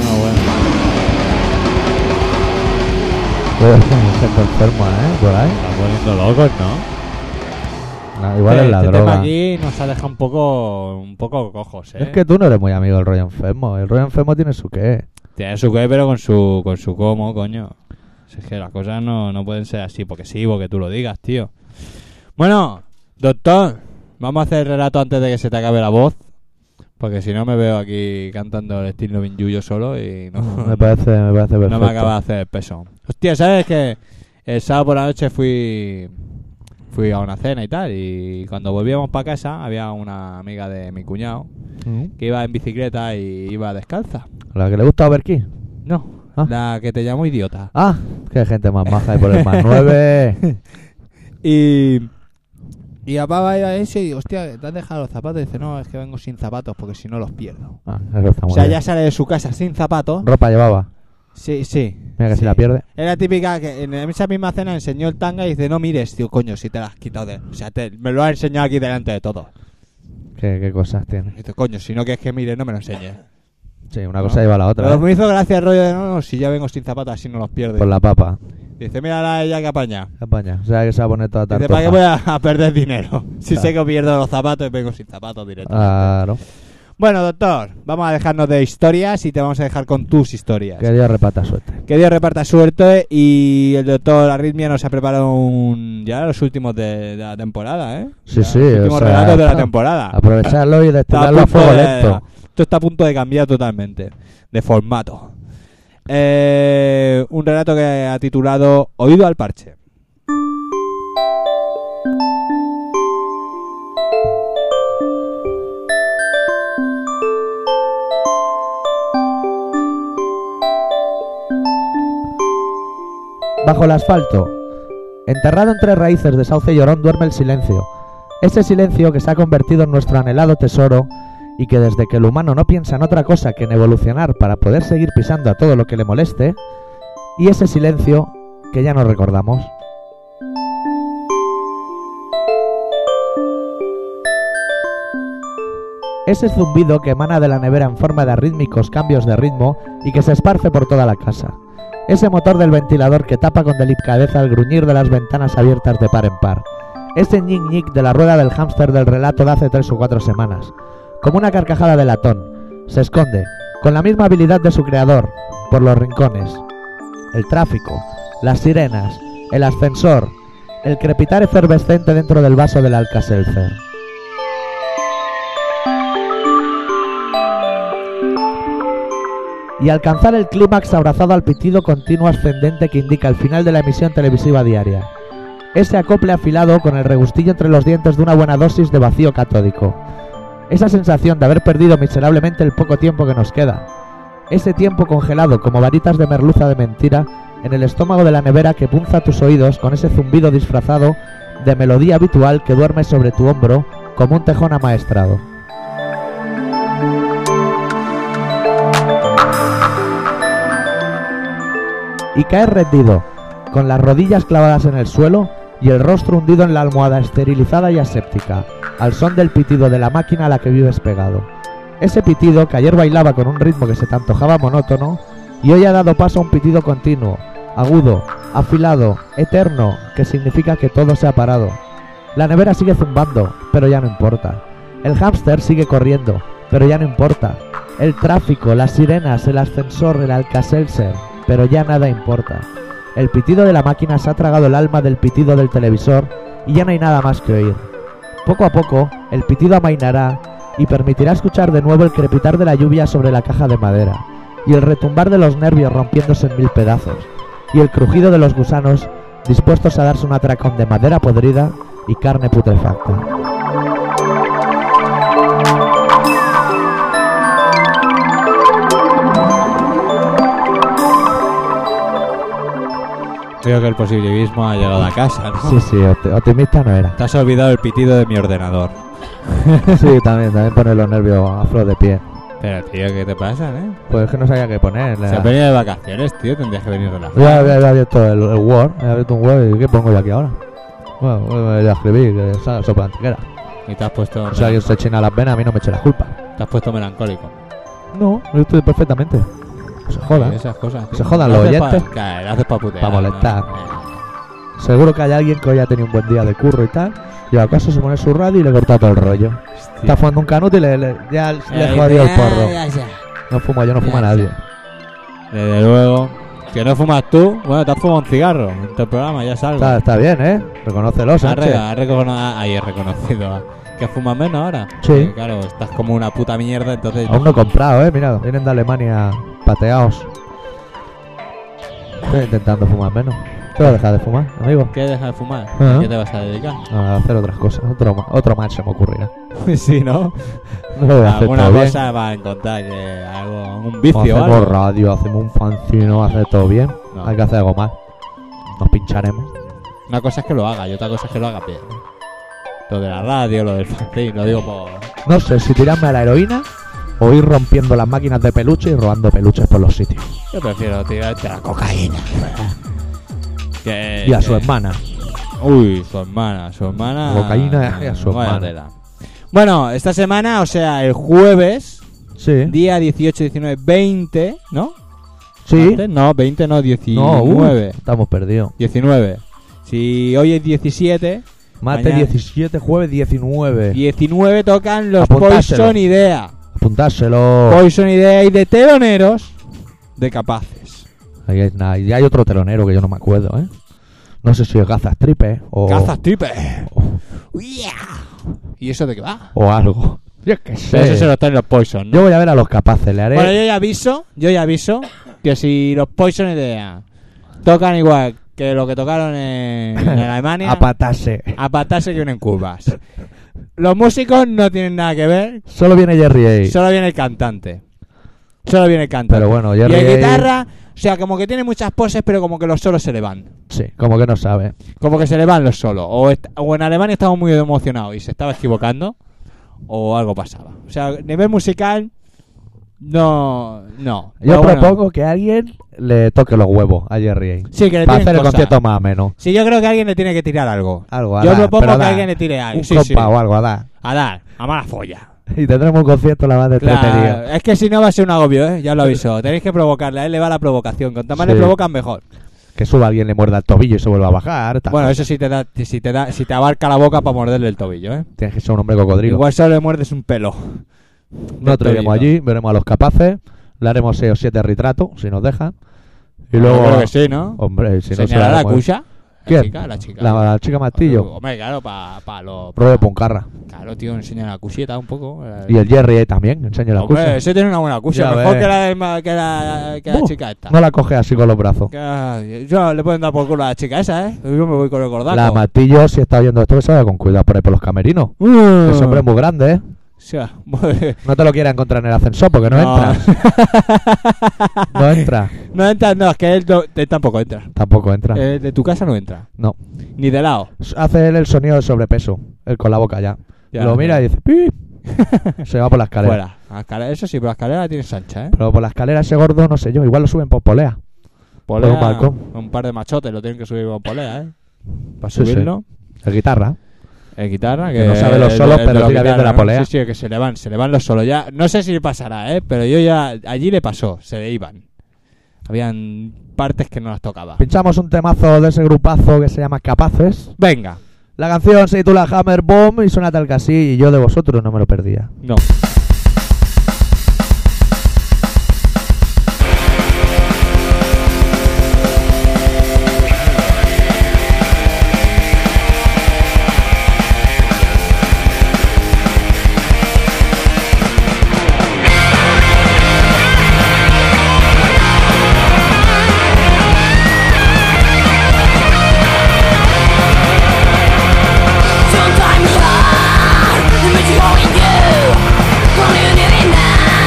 B: pues Joder, gente enferma, ¿eh? Por ahí.
A: Están poniendo locos, ¿no?
B: Nah, igual
A: Este-
B: es la
A: este
B: droga.
A: tema aquí nos ha dejado un poco, un poco cojos, ¿eh?
B: Es que tú no eres muy amigo del rollo enfermo. El rollo enfermo tiene su qué.
A: Tiene su qué, pero con su, con su cómo, coño. Si es que las cosas no, no pueden ser así, porque sí, porque tú lo digas, tío. Bueno, doctor, vamos a hacer el relato antes de que se te acabe la voz. Porque si no me veo aquí cantando el estilo Minyu yo solo y no,
B: Me parece, me parece perfecto.
A: no me acaba de hacer el peso. Hostia, ¿sabes que El sábado por la noche fui fui a una cena y tal, y cuando volvíamos para casa había una amiga de mi cuñado
B: Mm.
A: que iba en bicicleta y iba descalza.
B: La que le gusta a Berkí.
A: No,
B: Ah.
A: la que te llamó idiota.
B: Ah, qué gente más maja y por el más nueve.
A: Y. Y la pava iba eso y digo, hostia, ¿te has dejado los zapatos? Y dice, no, es que vengo sin zapatos porque si no los pierdo.
B: Ah, eso está
A: O
B: muy
A: sea,
B: bien.
A: ya sale de su casa sin zapatos.
B: Ropa llevaba.
A: Sí, sí.
B: Mira que
A: sí.
B: si la pierde.
A: Era típica que en esa misma cena enseñó el tanga y dice, no mires, tío, coño, si te la has quitado de... O sea, te- me lo has enseñado aquí delante de todos.
B: ¿Qué, qué cosas tiene.
A: Y dice, coño, si no quieres que mire, no me lo enseñes.
B: Sí, una cosa lleva a la otra.
A: Pero
B: ¿eh?
A: me hizo gracia el rollo de, no, no, si ya vengo sin zapatos, así no los pierdo.
B: Por la papa.
A: Dice, mira la ella que apaña.
B: España. O sea, que se va a poner toda
A: Dice,
B: tarta.
A: ¿para qué voy a, a perder dinero? Si
B: Claro.
A: sé que pierdo los zapatos y vengo sin zapatos directamente.
B: Claro.
A: Bueno, doctor, vamos a dejarnos de historias y te vamos a dejar con tus historias.
B: Quería repatar suerte.
A: Que Dios reparta suerte y el doctor Arritmia nos ha preparado un, ya los últimos de, de la temporada, ¿eh?
B: Sí,
A: Ya,
B: sí,
A: Los
B: o
A: últimos
B: sea,
A: relatos de la
B: está-
A: temporada.
B: Aprovecharlo y
A: Está a
B: destilarlo a
A: punto
B: fuego
A: de-
B: lento.
A: Esto está a punto de cambiar totalmente de formato. Eh, un relato que ha titulado Oído al parche.
B: Bajo el asfalto, enterrado entre raíces de sauce llorón, duerme el silencio. Ese silencio que se ha convertido en nuestro anhelado tesoro y que desde que el humano no piensa en otra cosa que en evolucionar para poder seguir pisando a todo lo que le moleste, y ese silencio que ya no recordamos. Ese zumbido que emana de la nevera en forma de rítmicos cambios de ritmo y que se esparce por toda la casa. Ese motor del ventilador que tapa con delicadeza el gruñir de las ventanas abiertas de par en par. Ese ñic ñic de la rueda del hámster del relato de hace tres o cuatro semanas. Como una carcajada de latón. Se esconde, con la misma habilidad de su creador, por los rincones. El tráfico, las sirenas, el ascensor, el crepitar efervescente dentro del vaso del Alcacelcer. y alcanzar el clímax abrazado al pitido continuo ascendente que indica el final de la emisión televisiva diaria. Ese acople afilado con el regustillo entre los dientes de una buena dosis de vacío catódico. Esa sensación de haber perdido miserablemente el poco tiempo que nos queda. Ese tiempo congelado como varitas de merluza de mentira en el estómago de la nevera que punza tus oídos con ese zumbido disfrazado de melodía habitual que duerme sobre tu hombro como un tejón amaestrado. y caer rendido, con las rodillas clavadas en el suelo y el rostro hundido en la almohada esterilizada y aséptica, al son del pitido de la máquina a la que vives pegado. Ese pitido que ayer bailaba con un ritmo que se te antojaba monótono y hoy ha dado paso a un pitido continuo, agudo, afilado, eterno, que significa que todo se ha parado. La nevera sigue zumbando, pero ya no importa. El hámster sigue corriendo, pero ya no importa. El tráfico, las sirenas, el ascensor, el alcacelser, pero ya nada importa. El pitido de la máquina se ha tragado el alma del pitido del televisor y ya no hay nada más que oír. Poco a poco, el pitido amainará y permitirá escuchar de nuevo el crepitar de la lluvia sobre la caja de madera, y el retumbar de los nervios rompiéndose en mil pedazos, y el crujido de los gusanos dispuestos a darse un atracón de madera podrida y carne putrefacta.
A: Creo que el positivismo ha llegado a casa, ¿no?
B: Sí, sí, opti- optimista no era.
A: Te has olvidado el pitido de mi ordenador.
B: Sí, también, también pone los nervios a flor de pie.
A: Pero, tío, ¿qué te pasa, eh?
B: Pues es que no sabía qué poner. la-
A: Se ha venido de vacaciones, tío, tendrías que venir relajado.
B: Ya había, había abierto el, el Word, he abierto un Word y ¿qué pongo yo aquí ahora? Bueno, bueno, ya escribí, que salga sopa de antequera.
A: Y te has puesto,
B: O sea, que se china las venas, a mí no me eche la culpa.
A: te has puesto melancólico.
B: No, yo estoy perfectamente. Se joda.
A: Y esas cosas. tío.
B: Se jodan
A: Lo
B: los
A: haces
B: oyentes.
A: pa- claro, lo haces para putear. Eh,
B: Pa' molestar.
A: ¿no?
B: Seguro que hay alguien que hoy ha tenido un buen día de curro y tal. Llega a casa, se pone su radio y le corta todo el rollo. Está fumando un canuto y le, le- ya le
A: Eh,
B: jodió el
A: ya,
B: porro.
A: ya, ya.
B: No fumo yo, no fuma
A: ya,
B: nadie.
A: Desde luego. Que no fumas tú. Bueno, te has fumado un cigarro en tu programa, ya sabes.
B: Está, está bien, ¿eh? Reconócelo,
A: Has
B: Sánchez.
A: re- has recono- ah, ahí he reconocido ah, que fumas menos ahora.
B: Sí.
A: Porque, claro, estás como una puta mierda, entonces.
B: Aún no he comprado, ¿eh? Mira, vienen de Alemania pateados. Estoy intentando fumar menos. Te voy a dejar de fumar, amigo.
A: ¿Qué dejas de fumar?
B: Ajá.
A: ¿A ¿Qué te vas a dedicar?
B: A hacer otras cosas. Otro, ma- otro mal se me ocurrirá.
A: sí, ¿no?
B: No lo voy a hacer
A: Alguna
B: todo bien.
A: cosa vas a encontrar, que algo, un
B: Como
A: vicio o
B: hacemos
A: algo.
B: radio, hacemos un fanzino, hacer todo bien.
A: No.
B: Hay que hacer algo mal. Nos pincharemos.
A: Una cosa es que lo haga y otra cosa es que lo haga bien. Lo de la radio, lo del fanzine, lo digo por.
B: No sé si tirarme a la heroína o ir rompiendo las máquinas de peluche y robando peluches por los sitios.
A: Yo prefiero tirarte a la cocaína. que,
B: y a su
A: que-
B: hermana.
A: Uy, su hermana, su hermana.
B: Cocaína y a su
A: Vaya
B: hermana.
A: tela. Bueno, esta semana, o sea, el jueves,
B: Sí.
A: día 18, 19, 20, ¿no?
B: Sí.
A: Antes, No, 20 no, 19.
B: No, uh, estamos perdidos.
A: 19. Si hoy es 17,
B: Martes
A: Mañana.
B: 17, jueves 19.
A: 19 tocan los
B: Apuntárselo.
A: Poison Idea.
B: Apuntárselo.
A: Poison Idea y de teloneros de capaces.
B: Ahí es nada. Y hay otro telonero que yo no me acuerdo, ¿eh? No sé si es Gaza Stripe o,
A: Cazas tripe. Oh. ¿Y eso de qué va?
B: o algo. Yo qué sé.
A: Pero Eso se lo traen los Poison, ¿no?
B: Yo voy a ver a los capaces, le haré.
A: Bueno, yo ya aviso, yo ya aviso que si los Poison Idea tocan igual que lo que tocaron en, en Alemania,
B: a patarse.
A: a patarse que vienen curvas. Los músicos no tienen nada que ver,
B: Solo viene Jerry A.
A: solo viene el cantante. Solo viene el cantante.
B: Pero bueno,
A: y
B: Jerry
A: la
B: A-
A: guitarra, o sea, como que tiene muchas poses, pero como que los solos se le van.
B: Sí, como que no sabe.
A: Como que se le van los solos. O, est- o en Alemania estamos muy emocionados y se estaba equivocando, o algo pasaba. O sea, a nivel musical, no. no.
B: Yo
A: Pero bueno.
B: propongo que alguien le toque los huevos a Jerry A.
A: Sí, que le
B: Para
A: tienen
B: hacer el
A: cosas.
B: concierto más ameno.
A: Sí, yo creo que alguien le tiene que tirar algo.
B: Algo, a
A: yo
B: dar,
A: propongo
B: pero a
A: que
B: dar.
A: alguien le tire algo.
B: Un
A: Sí,
B: compa
A: sí.
B: o algo, a dar.
A: A dar, a mala folla.
B: Y tendremos un concierto la más de
A: Claro, es que si no va a ser un agobio, ¿eh? ya lo aviso. Tenéis que provocarle, a él le va la provocación. Cuanto más
B: Sí.
A: le provocan, mejor.
B: Que suba alguien, le muerda el tobillo y se vuelva a bajar. tal.
A: Bueno, eso sí te da, si te da, si te abarca la boca para morderle el tobillo, ¿eh?
B: Tienes que ser un hombre cocodrilo.
A: Igual solo le muerdes un pelo.
B: no te iremos allí, veremos a los capaces, le haremos 6 o 7 retratos, si nos dejan. Y luego...
A: Yo creo que sí, ¿no?
B: Hombre, si no se
A: Señalar a
B: haremos-
A: Cucha.
B: ¿Quién?
A: La chica, la chica.
B: La, la chica Martillo.
A: Hombre, claro, para pa lo. pa-
B: Robert Poncarra.
A: Claro, tío, enseña la cucheta un poco. eh.
B: Y el Jerry A también, enseño la
A: Hombre,
B: cucha.
A: ese tiene una buena cucha,
B: Ya
A: mejor
B: ves.
A: que la, del ma- que la, que la
B: Uh,
A: chica esta.
B: No la coge así con los brazos.
A: Que- eh, Yo le pueden dar por culo a la chica esa, ¿eh? Yo me voy con el gordaco.
B: La Martillo, si está viendo esto, que se vaya con cuidado por ahí por los camerinos.
A: Mm.
B: Ese hombre es muy grande, ¿eh?
A: O sea, madre-
B: No te lo quiera encontrar en el ascensor porque no, entra. No entra.
A: No entra, no, es que él, no- él tampoco entra.
B: Tampoco entra.
A: Eh, de tu casa no entra,
B: No.
A: ni de lado.
B: Hace él el sonido de sobrepeso, el con la boca ya.
A: Ya,
B: lo mira
A: ya.
B: y dice, "Pi". se va por la escalera.
A: Fuera. La escalera- eso sí, pero la escalera la tienes ancha, ¿eh?
B: Pero por la escalera ese gordo, no sé yo, igual lo suben por polea.
A: Polea,
B: por un balcón.
A: Un par de machotes lo tienen que subir con polea, ¿eh? Para
B: Pues Sí, sí.
A: subirlo.
B: El guitarra.
A: El guitarra, que,
B: Que no sabe los
A: el-
B: solos,
A: el
B: pero
A: de los
B: tira bien de la
A: guitarra, ¿no?
B: polea.
A: Sí, sí, que se le van, se le van los solos. Ya, no sé si le pasará, ¿eh? Pero yo ya, allí le pasó, se le iban. Habían partes que no las tocaba.
B: Pinchamos un temazo de ese grupazo que se llama Capaces.
A: Venga,
B: La canción se titula Hammer Bomb y suena tal que así y yo de vosotros no me lo perdía.
A: no.
E: Sometimes hard, it makes you all you do. Only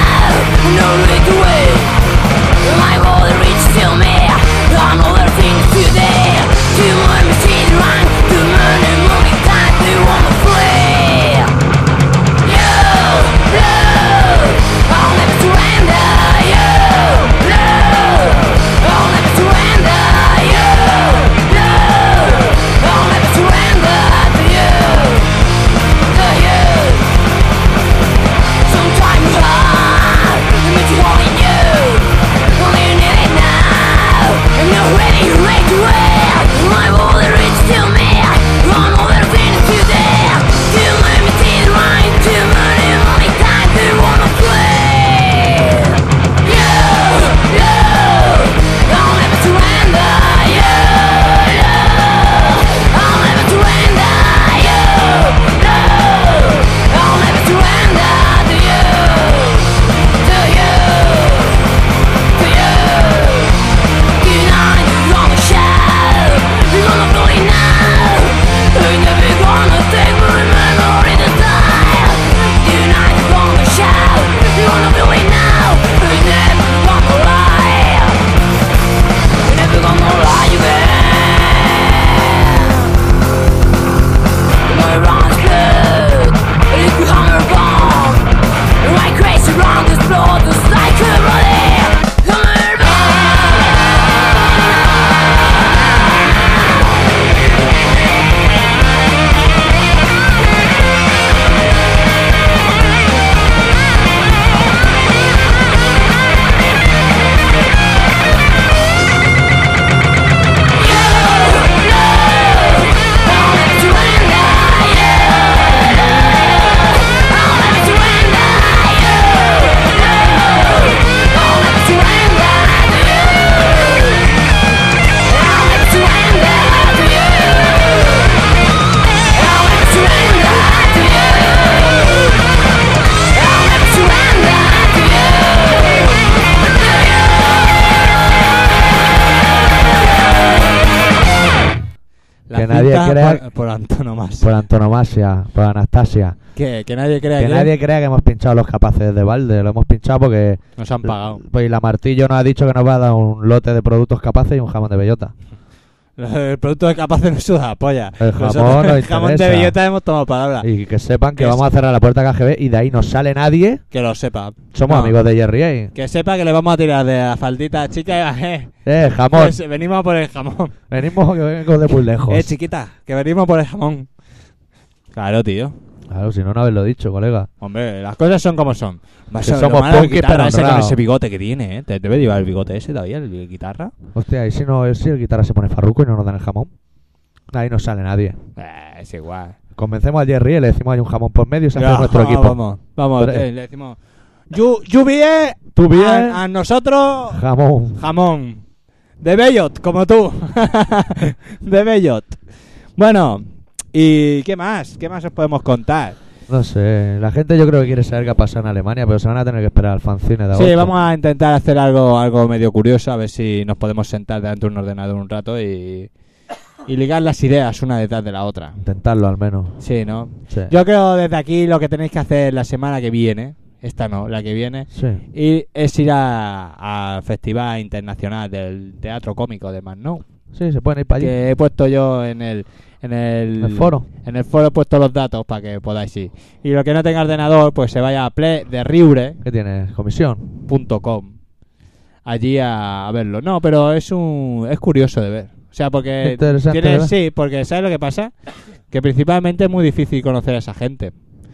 B: nadie
A: Cinta
B: crea-
A: por, por antonomasia.
B: Por antonomasia, por Anastasia.
A: que, que nadie crea que,
B: Que nadie crea que hemos pinchado los capaces de balde. Lo hemos pinchado porque...
A: nos han pagado.
B: Pues y la Martillo nos ha dicho que nos va a dar un lote de productos capaces y un jamón de bellota.
A: El producto de capaces no suda la polla.
B: El jamón
A: Nosotros
B: no
A: el jamón de
B: interesa.
A: bellota hemos tomado palabra.
B: Y que sepan que
A: Ah. Es-
B: vamos a cerrar la puerta KGB y de ahí no sale nadie.
A: Que lo sepa.
B: Somos
A: No.
B: amigos de Jerry A.
A: Que sepa que le vamos a tirar de la faldita a chica y eh,
B: Eh, jamón.
A: pues, venimos a por el jamón.
B: Venimos que vengo de muy lejos.
A: Eh, chiquita, que venimos a por el jamón. Claro, tío.
B: Claro, si no, no haberlo dicho, colega.
A: Hombre, las cosas son como son. Más
B: Que
A: o- lo
B: somos
A: malo
B: punkis,
A: guitarra
B: pero
A: ese con
B: honrados.
A: ese bigote que tiene, ¿eh? ¿Te debe llevar el bigote ese todavía, el bi- guitarra?
B: Hostia, y si no, eh, si el guitarra se pone farruco y no nos dan el jamón. Ahí no sale nadie.
A: Eh, es igual.
B: Convencemos a Jerry y le decimos hay un jamón por medio y se hace
A: Ya,
B: nuestro equipo.
A: Vamos, vamos,
B: Tres.
A: eh, le decimos... "You- you bien,
B: Tú bien.
A: A, a nosotros,
B: Jamón.
A: jamón. De Bellot, como tú. de Bellot. Bueno, ¿y qué más? ¿Qué más os podemos contar?
B: No sé, la gente yo creo que quiere saber qué ha pasado en Alemania, pero se van a tener que esperar al fanzine de
A: Sí,
B: agosto.
A: vamos a intentar hacer algo, algo medio curioso, a ver si nos podemos sentar delante de un ordenador un rato y, y ligar las ideas una detrás de la otra.
B: Intentarlo al menos.
A: Sí, ¿no?
B: Sí.
A: Yo creo desde aquí lo que tenéis que hacer la semana que viene, esta no, la que viene,
B: Sí.
A: y es ir a- al Festival Internacional del Teatro Cómico de Magnou,
B: Sí, se pueden ir para allí.
A: que he puesto yo en el... En el,
B: El foro.
A: En el foro he puesto los datos para que podáis ir. Y lo que no tenga ordenador, pues se vaya a play de Riure,
B: ¿Qué tienes? Comisión.
A: com allí a, a verlo. No, pero es un es curioso de ver. O sea, porque
B: Interesante,
A: tiene,
B: ¿verdad?
A: sí, porque ¿sabes lo que pasa? Que principalmente es muy difícil conocer a esa gente.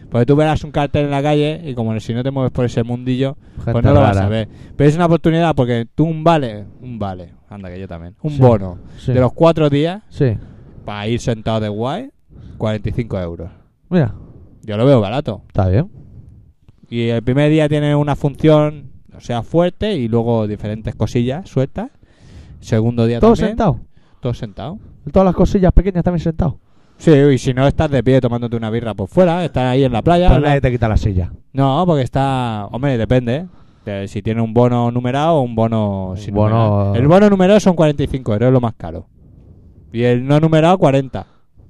A: Porque tú verás un cartel en la calle y como si no te mueves por ese mundillo,
B: Gente
A: pues no lo vas
B: rara.
A: a ver. Pero es una oportunidad porque tú un vale, un vale, anda que yo también, un
B: Sí.
A: bono
B: Sí.
A: de los cuatro días
B: Sí.
A: para ir sentado de guay, 45 euros.
B: Mira,
A: Yo lo veo barato.
B: está bien.
A: Y el primer día tiene una función, o sea, fuerte y luego diferentes cosillas sueltas. Segundo día
B: Todo
A: también.
B: sentado.
A: Todo sentado.
B: Todas las cosillas pequeñas también sentado.
A: Sí, y si no estás de pie tomándote una birra por fuera, estás ahí en la playa.
B: Pero
A: la-
B: nadie te quita la silla.
A: No, porque está. Hombre, depende. ¿eh? De si tiene un bono numerado o un bono
B: Un
A: sin
B: bono-
A: numerar. El bono numerado son 45 euros, es lo más caro. Y el no numerado, 40.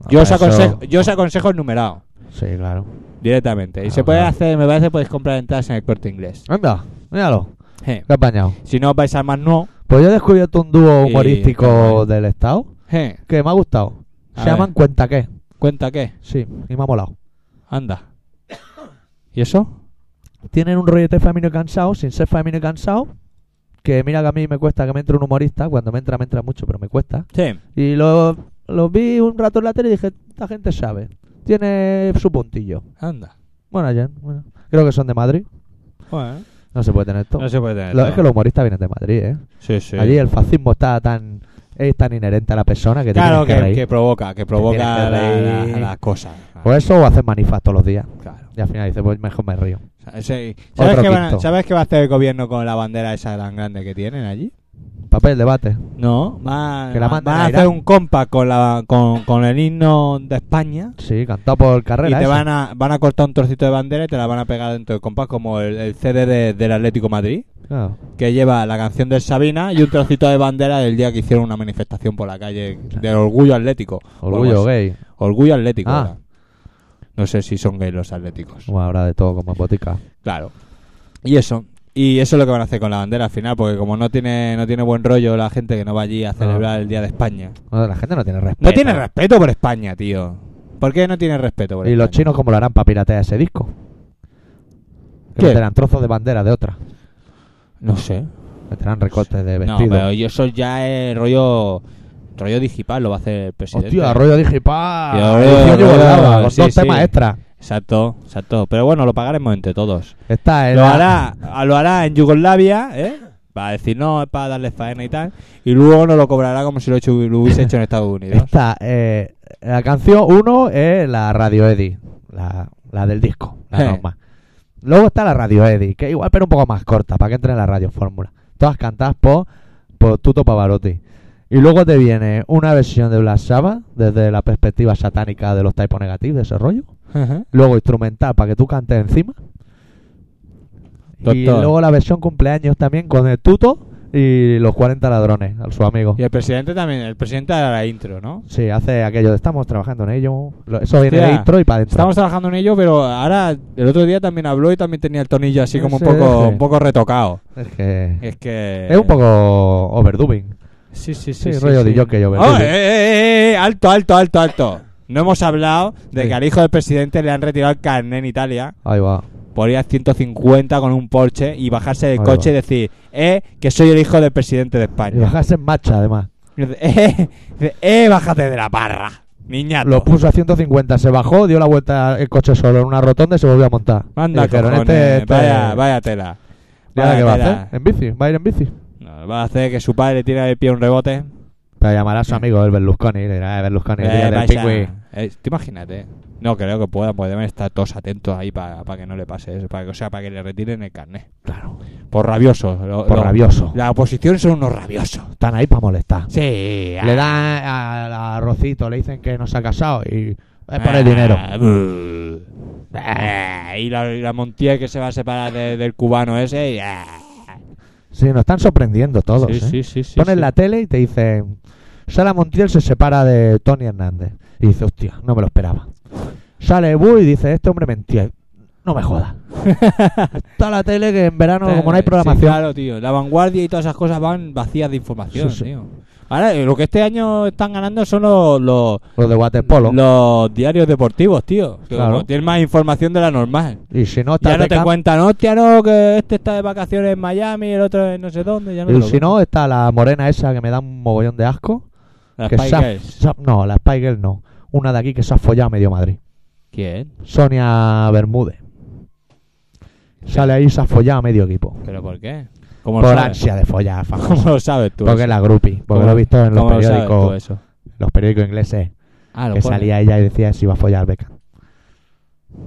A: yo,
B: Ah,
A: os
B: eso-
A: aconsejo, yo os aconsejo el numerado
B: Sí, claro.
A: directamente. Y
B: Ah,
A: se puede
B: vale.
A: hacer, me parece, que podéis comprar entradas en el corte inglés.
B: Anda, míralo.
A: Eh,
B: Qué apañado.
A: Si no os vais al más no.
B: Pues yo he descubierto un dúo
A: Y-
B: humorístico del Estado
A: Eh,
B: que me ha gustado.
A: A
B: Se llaman
A: ver.
B: Cuenta qué.
A: ¿Cuenta qué?
B: Sí, y me ha molado.
A: Anda. ¿Y eso?
B: Tienen un rollete femenino cansado, sin ser femenino cansado. Que mira que a mí me cuesta que me entre un humorista. Cuando me entra, me entra mucho, pero me cuesta.
A: Sí.
B: Y los los vi un rato en la tele y dije, esta gente sabe. Tiene su puntillo.
A: Anda.
B: Bueno, Jen, bueno. Creo que son de Madrid.
A: Bueno,
B: No se puede tener esto.
A: no se puede tener.
B: Lo-
A: todo.
B: es que los humoristas vienen de Madrid, ¿eh?
A: Sí, sí.
B: Allí el fascismo está tan es tan inherente a la persona que
A: claro
B: tiene
A: que,
B: que, reír.
A: que provoca, que provoca
B: tienes que
A: la- la-
B: reír.
A: las cosas.
B: O Pues eso o hacer manifas todos los días.
A: Claro.
B: Y al final dice, pues mejor me río.
A: O sea, ese- ¿sabes,
B: Otro
A: qué van a-
B: quinto.
A: sabes qué va a hacer el gobierno con la bandera esa tan grande que tienen allí?
B: Papel, debate.
A: No, va-
B: Que la
A: van
B: manden
A: a
B: a
A: hacer
B: Irán.
A: un compa con, la, con, con el himno de España.
B: Sí, cantado por
A: Y
B: carrera.
A: te
B: ese.
A: van a, van a cortar un trocito de bandera y te la van a pegar dentro del compás, como el, el CD de- del Atlético Madrid.
B: Claro.
A: que lleva la canción del Sabina y un trocito de bandera del día que hicieron una manifestación por la calle del orgullo atlético.
B: Orgullo
A: Vamos,
B: gay.
A: Orgullo atlético.
B: Ah.
A: era. No sé si son gays los atléticos.
B: Bueno, habrá de todo como en botica.
A: Claro. Y eso. Y eso es lo que van a hacer con la bandera al final, porque como no tiene no tiene buen rollo la gente que no va allí a celebrar el Día de España.
B: Ah. No, la gente no tiene respeto.
A: No tiene respeto por España, tío. ¿Por qué no tiene respeto por
B: ¿Y los
A: España?
B: chinos cómo lo harán para piratear ese disco? Que
A: ¿Qué?
B: meterán trozos de bandera de otra.
A: No sé.
B: Meterán recortes de
A: No,
B: vestido.
A: pero y eso ya es rollo rollo digital, lo va a hacer el presidente.
B: Hostia, rollo digital.
A: Tío, rollo-
B: Edición
A: rollo-
B: yugoslava, con
A: este- sí,
B: dos
A: sí.
B: temas extra.
A: Exacto, exacto. Pero bueno, lo pagaremos entre todos.
B: Está en
A: Lo
B: la-
A: hará, lo hará en Yugoslavia, ¿eh? Va a decir, no, es para darle faena y tal. Y luego no lo cobrará como si lo, hecho- lo hubiese hecho en Estados Unidos.
B: Está, eh, la canción 1 es la Radio Eddy, la, la del disco, la
A: Eh.
B: normal. Luego está la Radio Eddy, que igual, pero un poco más corta, para que entre en la Radio Fórmula. Todas cantadas por, por Tuto Pavarotti. Y luego te viene una versión de Black Sabbath, desde la perspectiva satánica de los typos negativos, de ese rollo.
A: Ajá.
B: Luego instrumental, para que tú cantes encima. Y
A: Doctor.
B: luego la versión cumpleaños también con el Tuto y y los 40 ladrones, al su amigo.
A: Y el presidente también, el presidente hará la intro, ¿no?
B: Sí, hace aquello de estamos trabajando en ello. Lo- Eso viene
A: Hostia,
B: de intro y para adentro.
A: Estamos trabajando en ello, pero ahora el otro día también habló y también tenía el tonillo así como un
B: Ese,
A: poco,
B: ese.
A: un poco retocado.
B: Es que.
A: Es que
B: Es un poco overdubbing.
A: Sí, sí, sí.
B: Sí, rollo de jockey, yo creo.
A: Oh, eh, eh, eh, eh, alto, alto, alto, alto. No hemos hablado de
B: Sí.
A: que al hijo del presidente le han retirado el carnet en Italia
B: Ahí va.
A: por ir a 150 con un Porsche y bajarse del
B: Ahí
A: coche
B: va.
A: y decir, eh, que soy el hijo del presidente de
B: Y
A: España.
B: bajarse en marcha, además.
A: Y dice, Eh, dice, eh, bájate de la parra, niñato.
B: Lo puso a 150, se bajó, dio la vuelta el coche solo en una rotonda y se volvió a montar.
A: Manda,
B: Y dijeron,
A: cojones,
B: este- este-
A: vaya, vaya tela.
B: ¿y ahora qué va a hacer? ¿En bici? ¿Va a ir en bici?
A: No, va a hacer que su padre tire del pie un rebote.
B: Para llamar a su amigo el Berlusconi y le dirá, eh, Berlusconi,
A: Eh,
B: tira del
A: vais a-
B: pingüí".
A: eh, te imagínate. No creo que puedan, porque deben estar todos atentos ahí para que no le pase eso. Para que, o sea, para que le retiren el carnet.
B: Claro,
A: Por rabiosos. lo-
B: por
A: lo-
B: rabioso.
A: La oposición son unos rabiosos.
B: Están ahí para molestar.
A: Sí. ah,
B: Le dan a, a Rocito, le dicen que no se ha casado y es por el
A: Ah,
B: dinero.
A: buh. Ah, y la, y la Montiel que se va a separar de- del cubano ese. y, ah.
B: Sí, nos están sorprendiendo todos.
A: Sí,
B: ¿eh?
A: sí, sí, sí,
B: Ponen
A: sí.
B: la tele y te dicen, Sara Montiel se separa de Tony Hernández. Y dice, hostia, no me lo esperaba. Sale Bu y dice, este hombre mentía. No me jodas. Está la tele que en verano, como no
A: Eh,
B: hay
A: Este, Sí,
B: programación,
A: claro, tío. La vanguardia y todas esas cosas van vacías de información,
B: Sí, sí.
A: tío. Ahora, eh, lo que este año están ganando son los- los
B: los de waterpolo.
A: Los diarios deportivos, tío. Que
B: Claro.
A: como Tienen más información de la normal.
B: Y si no,
A: Ya
B: estás
A: no
B: de
A: te
B: cam-
A: cuentan, hostia, no, que este está de vacaciones en Miami, el otro en no sé dónde. Ya no
B: Y
A: te lo
B: si no,
A: cuentan.
B: está la morena esa que me da un mogollón de asco.
A: Las
B: que
A: Spice
B: se ha-
A: Girls.
B: se ha- no, la Spy Girl no. Una de aquí que se ha follado a medio Madrid.
A: ¿Quién?
B: Sonia Bermúdez. Sale ahí y se ha follado a medio equipo.
A: ¿Pero por qué? ¿Cómo lo
B: Por
A: sabes?
B: ansia de follar, famoso.
A: ¿Cómo lo sabes tú?
B: Porque
A: eso?
B: la grupi, porque lo he visto en los
A: ¿Cómo lo sabes pues. tú
B: periódicos,
A: eso?
B: los periódicos ingleses,
A: Ah, lo
B: que
A: pone.
B: salía ella y decía si iba a follar Beckham.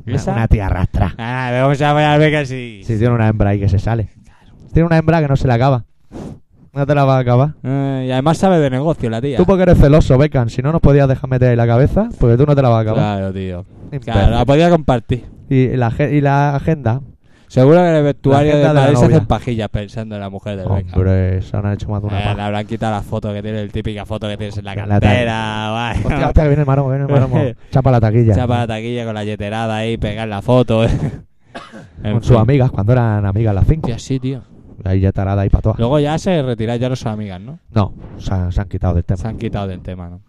B: Una,
A: ¿Esa?
B: una tía arrastra.
A: Ah, vamos a ver, a ver que sí.
B: Si tiene una hembra ahí que se sale. Tiene una hembra que no se la acaba. No te la va a acabar.
A: Eh, y además sabe de negocio la tía.
B: Tú porque eres celoso, Beckham. Si no nos podías dejar meter ahí la cabeza, porque tú no te la vas a acabar.
A: Claro, tío. Claro,
B: Imbécil.
A: la podía compartir.
B: Y, la, ge- y la agenda.
A: Seguro que en el vestuario
B: agenda
A: de
B: de la
A: Madrid se
B: novia.
A: hacen pajillas pensando en la mujer del Beckham.
B: Hombre, se han hecho más de una
A: Eh,
B: paja.
A: le habrán quitado la foto que tiene, el típica foto que tienes en la
B: La
A: cartera. vaya.
B: Hostia, hostia, que viene el maromo, viene el maromo. Chapa la taquilla.
A: Chapa la taquilla con la yeterada ahí, pegar la foto. en
B: Con
A: fin.
B: sus amigas, cuando eran amigas las cinco.
A: Hostia, sí, tío.
B: Ahí ya tarada ahí para todas.
A: Luego ya se retiran, ya no son amigas, ¿no?
B: No, se han, se han quitado del
A: Se
B: tema.
A: han quitado del tema, ¿no?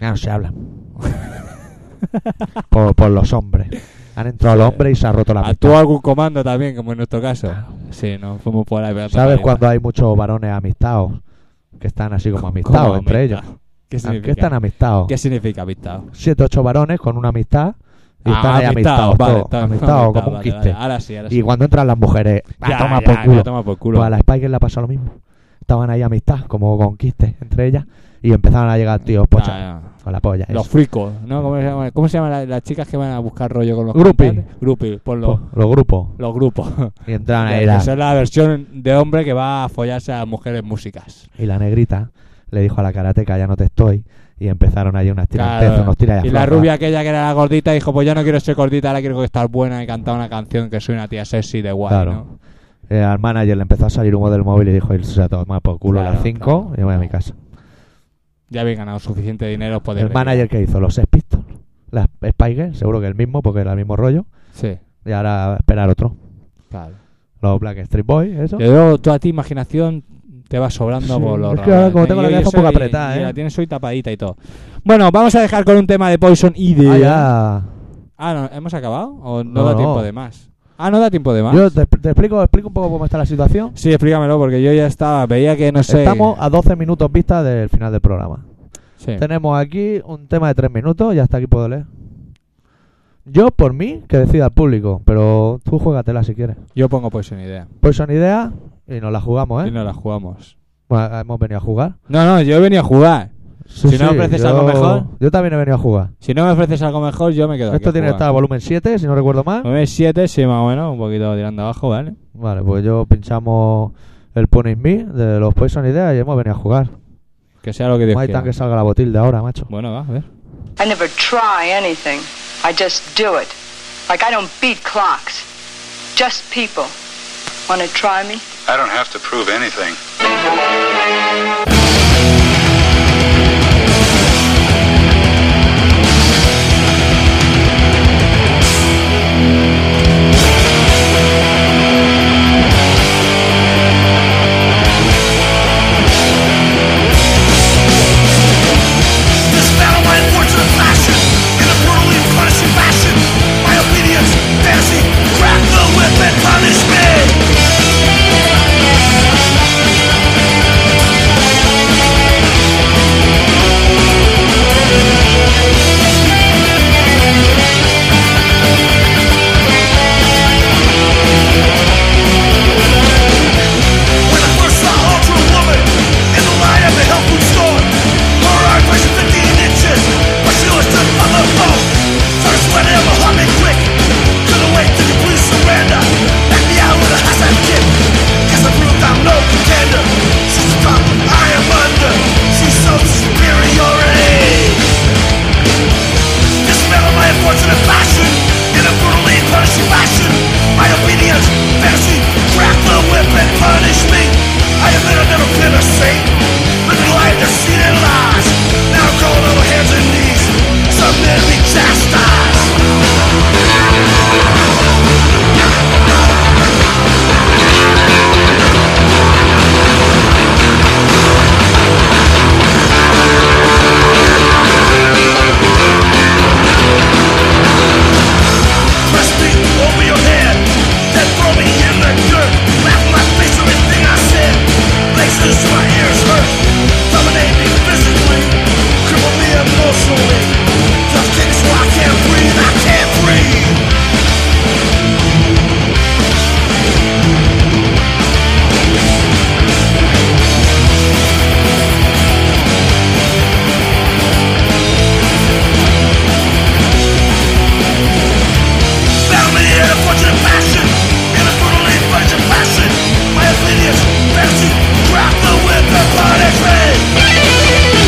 B: Ya no se hablan. por, por los hombres. Han entrado los hombres y se ha roto la
A: Actúa
B: amistad.
A: algún comando también, como en nuestro caso. Sí, no, fuimos por ahí. pero-
B: ¿Sabes
A: pero-
B: cuando hay muchos varones amistados? Que están así como
A: ¿Cómo
B: amistados entre
A: amistad?
B: ellos.
A: ¿Qué
B: Ah, Que
A: significa?
B: están amistados.
A: ¿Qué significa amistad?
B: Siete, ocho varones con una amistad. Y
A: Ah,
B: están ahí amistados.
A: vale,
B: todos,
A: está-
B: amistados como un
A: vale,
B: quiste.
A: vale. Ahora sí, ahora sí.
B: Y cuando entran las mujeres, a
A: Ya,
B: toma
A: ya,
B: por
A: ya,
B: culo.
A: toma por
B: Pues
A: culo.
B: a la Spiker le pasó lo mismo. Estaban ahí amistad, como conquiste entre ellas, y empezaron a llegar tíos pochas
A: Ya, ya.
B: con la polla.
A: Los
B: eso.
A: fricos, ¿no? ¿Cómo se llaman, ¿Cómo se llaman la- las chicas que van a buscar rollo con los
B: Grupi. Pues-
A: cantantes? Grupi, por los,
B: Po- los grupos.
A: los grupos.
B: Y entraron ahí. la-
A: Esa es la versión de hombre que va a follarse a mujeres músicas.
B: Y la negrita le dijo a la karateca, ya no te estoy. Y empezaron ahí unas tiras
A: Claro.
B: unos tiras
A: Y la rubia aquella que era la gordita dijo, pues ya no quiero ser gordita, ahora quiero estar buena y cantar una canción que soy una tía sexy de guay,
B: Claro.
A: ¿no?
B: Eh, al manager le empezó a salir humo del móvil y dijo, él se toma por culo a
A: Claro,
B: las 5
A: claro.
B: y yo voy a mi casa.
A: Ya habéis ganado suficiente dinero pues, de
B: el
A: reír.
B: manager que hizo los Sex Pistols, las Spiker, seguro que el mismo, porque era el mismo rollo.
A: Sí,
B: Y ahora esperar otro.
A: claro.
B: Los Black Street Boys, eso.
A: Yo luego tú a ti imaginación te va sobrando
B: Sí,
A: por los
B: es que ahora
A: rabanes,
B: como
A: ¿eh?
B: tengo la
A: Y
B: cabeza
A: eso-
B: un poco
A: y-
B: apretada,
A: y
B: ¿eh?
A: la tienes hoy tapadita y todo. Bueno, vamos a dejar con un tema de Poison y de...
B: Ah, ya.
A: Ah, ¿no? ¿hemos acabado? ¿O no,
B: No,
A: da
B: no.
A: tiempo de más? Ah, ¿no da tiempo de más?
B: Yo te, te explico, explico un poco cómo está la situación.
A: Sí, explícamelo, porque yo ya estaba, veía que no sé...
B: Estamos a 12 minutos vista del final del programa.
A: Sí.
B: Tenemos aquí un tema de 3 minutos y hasta aquí puedo leer. Yo, por mí, que decida el público, pero tú juégatela si quieres.
A: Yo pongo Poison Idea
B: Pues son ideas y nos la jugamos,
A: y
B: ¿eh?
A: no la jugamos.
B: Bueno, hemos venido a jugar.
A: No, no, yo he venido a jugar.
B: Sí,
A: Si no ofreces algo mejor.
B: Yo también he venido a jugar.
A: Si no me ofreces algo mejor, yo me quedo
B: Esto tiene que estar a volumen 7, si no recuerdo mal.
A: Ah. 7, sí, más o menos, un poquito tirando abajo, ¿vale?
B: Vale, pues yo pinchamos el Punish Me de los Poison Ideas y hemos venido a jugar.
A: Que sea lo que Dios
B: Maita
A: quiera.
B: que salga la botilde ahora, macho.
A: Bueno, va, a ver.
E: I never try anything. I just do it. Like I don't beat clocks. Just people. Want to try me?
F: I don't have to prove anything.
D: This battle my unfortunate fashion In a brutally punishing fashion My obedience, fantasy, crack the whip and punish me When I first saw Ultra Woman in the light of a health food store Her arms measured 15 inches But she was just on the phone Started sweating and my heart made quick Couldn't wait to complete surrender Back me out with a hazard kick Guess I proved I'm no contender She's the drop I am under She's so superiority Dismantle my unfortunate fashion In a brutally punishing fashion My obedience, fantasy, crack the whip and punish me I admit I've never been a saint Living life deceit and lies Now I'm going on my hands and knees Submit and be chastised Press me over your head, then throw me in the dirt. Laugh in my face everything I said. Laces my ears hurt. Dominate me physically, cripple me emotionally. Tough kicks so I can't breathe. I can't breathe. Found me in a fortunate fashion, in a brutally fortunate fashion. My obedience, fantasy, grab the whip and punish me.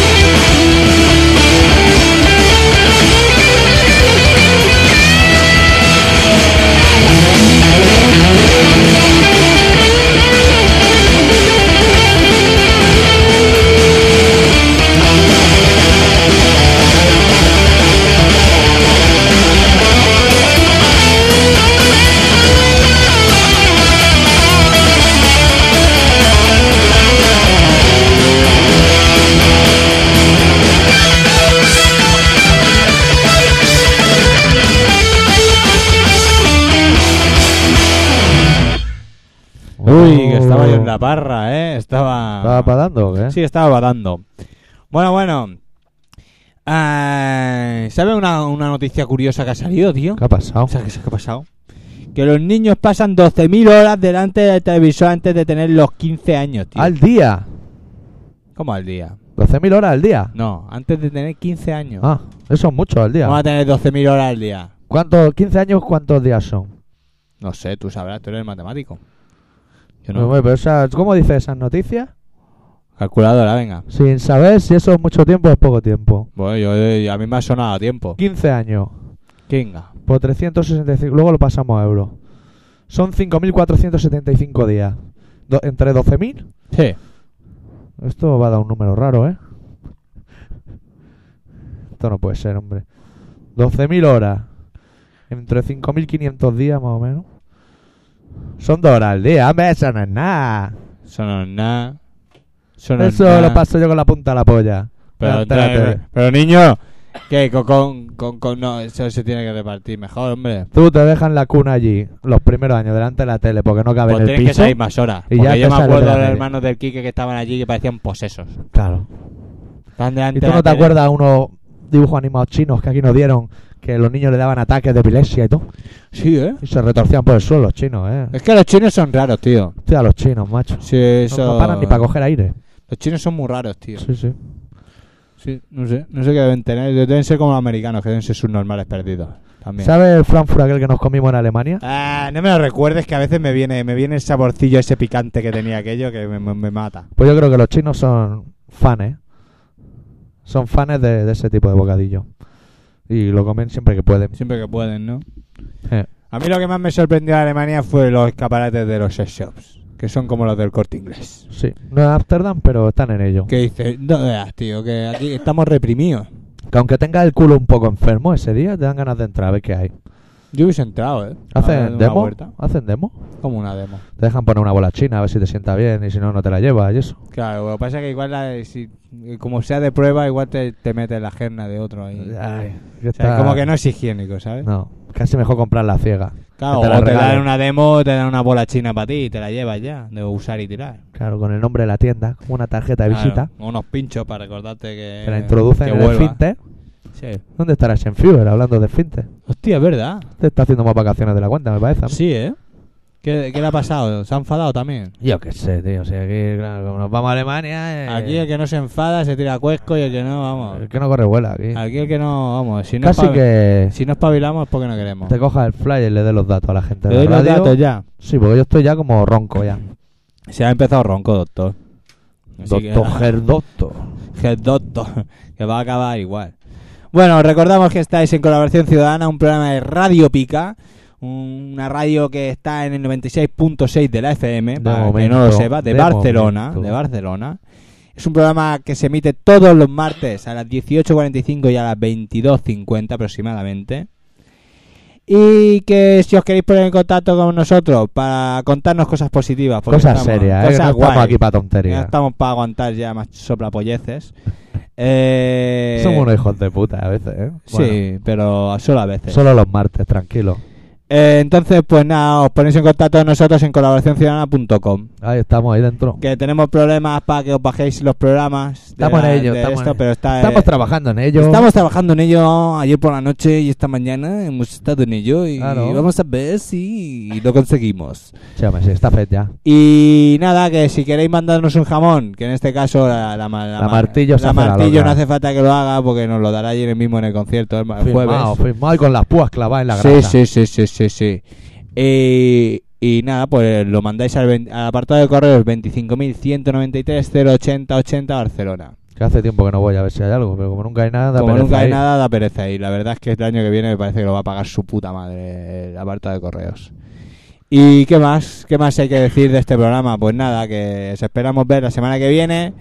A: Uy, que estaba yo en la parra, ¿eh? Estaba...
B: Oh. ¿Estaba padando o qué?
A: Sí, estaba badando. Bueno, bueno. Ah, ¿Sabe una, una noticia curiosa que ha salido, tío?
B: ¿Qué ha pasado?
A: ¿Sabes qué ha pasado? Que los niños pasan 12.000 horas delante del televisor antes de tener los 15 años, tío.
B: Al día.
A: ¿Cómo al día?
B: 12.000 horas al día.
A: No, antes de tener 15 años.
B: Ah, eso es mucho al día.
A: Vamos a tener 12.000 horas al día.
B: ¿Cuántos, 15 años, cuántos días son?
A: No sé, tú sabrás, tú eres matemático. Yo
B: No,
A: no.
B: hombre, Pues pero esa- ¿Cómo dice esas noticias?
A: Calculadora, venga.
B: Sin saber si eso es mucho tiempo o es poco tiempo.
A: Bueno, yo, yo- a mí me ha sonado a tiempo.
B: 15 años
A: Kinga.
B: por 365, luego lo pasamos a euros. Son 5.475 días. Do- entre 12.000.
A: Sí.
B: Esto va a dar un número raro, ¿eh? Esto no puede ser, hombre. 12.000 horas. Entre 5.500 días, más o menos. Son dos horas al día, hombre, eso no es nada.
A: Eso no es nada. Eso no es
B: Eso
A: nada.
B: lo paso yo con la punta a la polla.
A: Pero,
B: Delante de la
A: pero-
B: tele.
A: pero, niño, que con, con, con- con- no, eso se tiene que repartir mejor, hombre.
B: Tú te dejan la cuna allí, los primeros años, delante de la tele, porque no cabe
A: Pues
B: en el
A: tienen que
B: piso.
A: salir más horas.
B: y ya
A: porque yo me
B: te sales de
A: acuerdo
B: la
A: de los
B: tele.
A: hermanos del Quique que estaban allí que parecían posesos.
B: Claro.
A: Estaban delante
B: ¿Y tú
A: de la
B: no te
A: tele.
B: acuerdas unos dibujos animados chinos que aquí nos dieron que los niños le daban ataques de epilepsia y todo?
A: Sí, ¿eh?
B: Y se retorcían por el suelo los chinos, ¿eh?
A: Es que los chinos son raros, tío.
B: Hostia, los chinos, macho.
A: Sí,
B: No,
A: eso...
B: No paran ni para coger aire.
A: Los chinos son muy raros, tío.
B: Sí, sí.
A: Sí, no sé, no sé qué deben tener. Deben ser como los americanos, que deben ser subnormales perdidos. También.
B: ¿Sabes el Frankfurt aquel que nos comimos en Alemania?
A: Ah, no me lo recuerdes que a veces me viene, me viene el saborcillo ese picante que tenía aquello que me, me- me mata.
B: Pues yo creo que los chinos son fans. Son fans de, de ese tipo de bocadillo. Y lo comen siempre que pueden.
A: Siempre que pueden, ¿no?
B: Eh.
A: A mí lo que más me sorprendió de Alemania fue los escaparates de los sex shops. que son como los del corte inglés.
B: Sí, no es Amsterdam, pero están en ello.
A: Que dices, no veas, tío, que aquí estamos reprimidos.
B: Que aunque tengas el culo un poco enfermo ese día, te dan ganas de entrar a ver qué hay.
A: Yo hubiese entrado, ¿eh? A
B: ¿Hacen
A: dar una
B: demo?
A: vuelta.
B: ¿Hacen demo?
A: Como una demo.
B: Te dejan poner una bola china a ver si te sienta bien y si no, no te la llevas y eso.
A: Claro, lo que pasa es que igual, la- si, como sea de prueba, igual te, te metes la agenda de otro ahí.
B: Ay,
A: O sea, como que no es higiénico, ¿sabes?
B: No, casi mejor comprar la ciega.
A: Claro,
B: Que te la
A: o te
B: regalen.
A: dan una demo o te dan una bola china para ti y te la llevas ya, de usar y tirar.
B: Claro, con el nombre de la tienda, como una tarjeta de
A: Claro,
B: visita.
A: o unos pinchos para recordarte que.
B: Te la introducen
A: que
B: en el
A: vuelva.
B: Finter.
A: Sí.
B: ¿Dónde estará Shenfuer hablando de Finter?
A: Hostia, es verdad.
B: Te está haciendo más vacaciones de la cuenta, me parece. a mí.
A: Sí, ¿eh? ¿Qué, qué le ha pasado? ¿Se ha enfadado también?
B: Yo qué sé, tío. Si aquí, claro, como nos vamos a Alemania. eh,
A: Aquí el que no se enfada se tira a cuesco y el que no, vamos.
B: el que no corre vuela aquí.
A: Aquí el que no, vamos. Si no,
B: Casi
A: espavi-
B: que
A: si no espabilamos es porque no queremos.
B: te cojas el flyer y le dé los datos a la
A: Te
B: gente. de
A: doy
B: la
A: los
B: radio.
A: datos ya.
B: Sí, porque yo estoy ya como ronco ya.
A: Se ha empezado ronco, doctor. Así que-
B: doctor Gerdotto.
A: que es doctor, que va a acabar igual. Bueno, recordamos que estáis en Colaboración Ciudadana, un programa de Radio Pica, una radio que está en el 96.6 de la FM,
B: De
A: para que
B: momento,
A: no lo sepa, de,
B: de
A: Barcelona,
B: momento.
A: de Barcelona. Es un programa que se emite todos los martes a las 18.45 y a las 22.50 aproximadamente. Y que si os queréis poner en contacto con nosotros para contarnos cosas positivas, porque
B: Cosas
A: estamos-
B: serias, eh, que
A: cosas
B: no estamos
A: guays.
B: aquí para
A: Ya
B: tonterías.
A: estamos para aguantar ya más soplapolleces. Eh,
B: Somos unos hijos de puta a veces, ¿eh? Bueno,
A: Sí, pero solo a veces.
B: Solo los martes, tranquilo.
A: Eh, entonces, pues nada, os ponéis en contacto con nosotros en colaboracionciudadana.com.
B: Ahí estamos, ahí dentro.
A: Que tenemos problemas para que os bajéis los programas. de
B: Estamos
A: la-
B: en ello,
A: de
B: estamos,
A: esto,
B: en-
A: pero está, eh,
B: estamos trabajando en ello.
A: estamos trabajando en ello ayer por la noche y esta mañana. Hemos estado en ello y
B: Claro.
A: vamos a ver si lo conseguimos.
B: Chame, sí, está fed ya.
A: Y nada, que si queréis mandarnos un jamón, que en este caso la, la, ma-
B: La
A: ma-
B: martillo se
A: la
B: hace la
A: martillo
B: loca.
A: no hace falta que lo haga porque nos lo dará ayer mismo en el concierto, el, ma- el jueves.
B: Firmado, firmado y con las púas clavadas en la
A: sí,
B: grasa.
A: sí, sí, sí, sí, sí. Y, y nada, pues lo mandáis al, ven- al apartado de correos 25.193.080.80 Barcelona.
B: Que hace tiempo que no voy a ver si hay algo, pero como nunca hay nada, da
A: Como
B: pereza ¿eh?
A: nunca hay
B: ir.
A: nada, da pereza. Y la verdad es que el año que viene me parece que lo va a pagar su puta madre el apartado de correos. ¿Y qué más? ¿Qué más hay que decir de este programa? Pues nada, que os esperamos ver la semana que viene.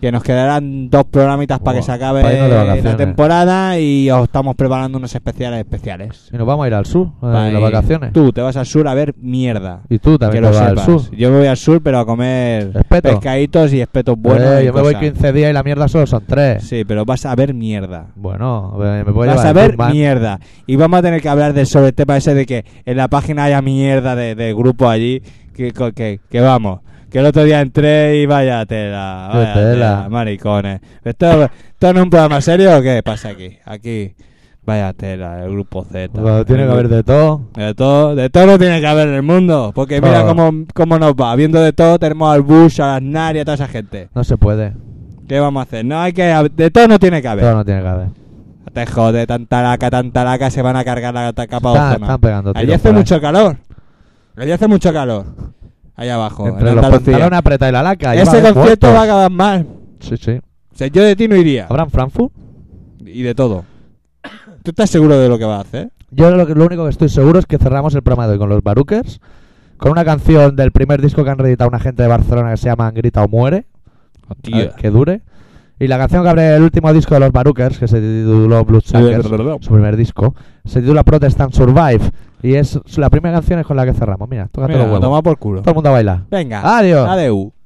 A: Que nos quedarán dos programitas para
B: Buah,
A: que se acabe
B: pa' irnos de
A: la
B: vacaciones.
A: temporada y os estamos preparando unos especiales especiales.
B: Y nos vamos a ir al sur, eh,
A: Pa'
B: en las
A: ir-
B: vacaciones.
A: Tú te vas al sur a ver mierda.
B: Y tú
A: que
B: también
A: lo
B: te vas al
A: sepas.
B: sur.
A: Yo me voy al sur, pero a comer
B: Espeto.
A: pescaditos y espetos buenos.
B: Eh,
A: y
B: yo me voy
A: cosas.
B: 15 días y la mierda solo son 3.
A: Sí, pero vas a ver mierda.
B: Bueno, eh, me voy
A: Vas
B: llevar
A: a
B: el
A: ver
B: Discman.
A: mierda. Y vamos a tener que hablar de, sobre el tema ese de que en la página haya mierda de, de grupo allí. Que, co- que, que vamos. Que el otro día entré y vaya tela.
B: Qué
A: Vaya tela.
B: tela.
A: maricones. ¿Esto, ¿Esto no es un programa serio o qué pasa aquí? Aquí. Vaya tela, el grupo Z.
B: Cuando Pues tiene
A: El
B: que haber
A: grupo-
B: de todo.
A: de todo, de todo no tiene que haber en el mundo. Porque mira
B: Todo.
A: cómo, cómo nos va. Viendo de todo, tenemos al Bush, a las Nari, a toda esa gente.
B: No se puede.
A: ¿Qué vamos a hacer? No hay que. De todo no tiene que haber.
B: Todo no tiene que haber.
A: Te jode, tanta laca, tanta laca, se van a cargar la ta- capa
B: Está-
A: de ozono.
B: están pegando
A: Allí
B: tiros
A: hace
B: por ahí.
A: mucho calor. Allí hace mucho calor. Allá abajo.
B: Entre
A: en
B: los
A: Andalucía.
B: pantalones apretados y la laca. ahí
A: Ese
B: van
A: concierto
B: muertos.
A: va a acabar mal.
B: Sí, sí.
A: O sea, yo de ti no iría.
B: ¿Habrá en Frankfurt?
A: Y de todo. ¿Tú estás seguro de lo que vas a hacer?
B: Yo lo, que- lo único que estoy seguro es que cerramos el programa de hoy con los Baruquers, con una canción del primer disco que han reeditado una gente de Barcelona que se llama Grita o Muere, a ver, que dure, y la canción que abre el último disco de los Baruquers, que se tituló Blue Suckers, su primer disco, se titula Protest and Survive, y es la primera canción es con la que cerramos. Mira, tócate
A: Mira,
B: los huevos.
A: toma por culo.
B: Todo el mundo a bailar.
A: Venga.
B: Adiós.
A: Adeu.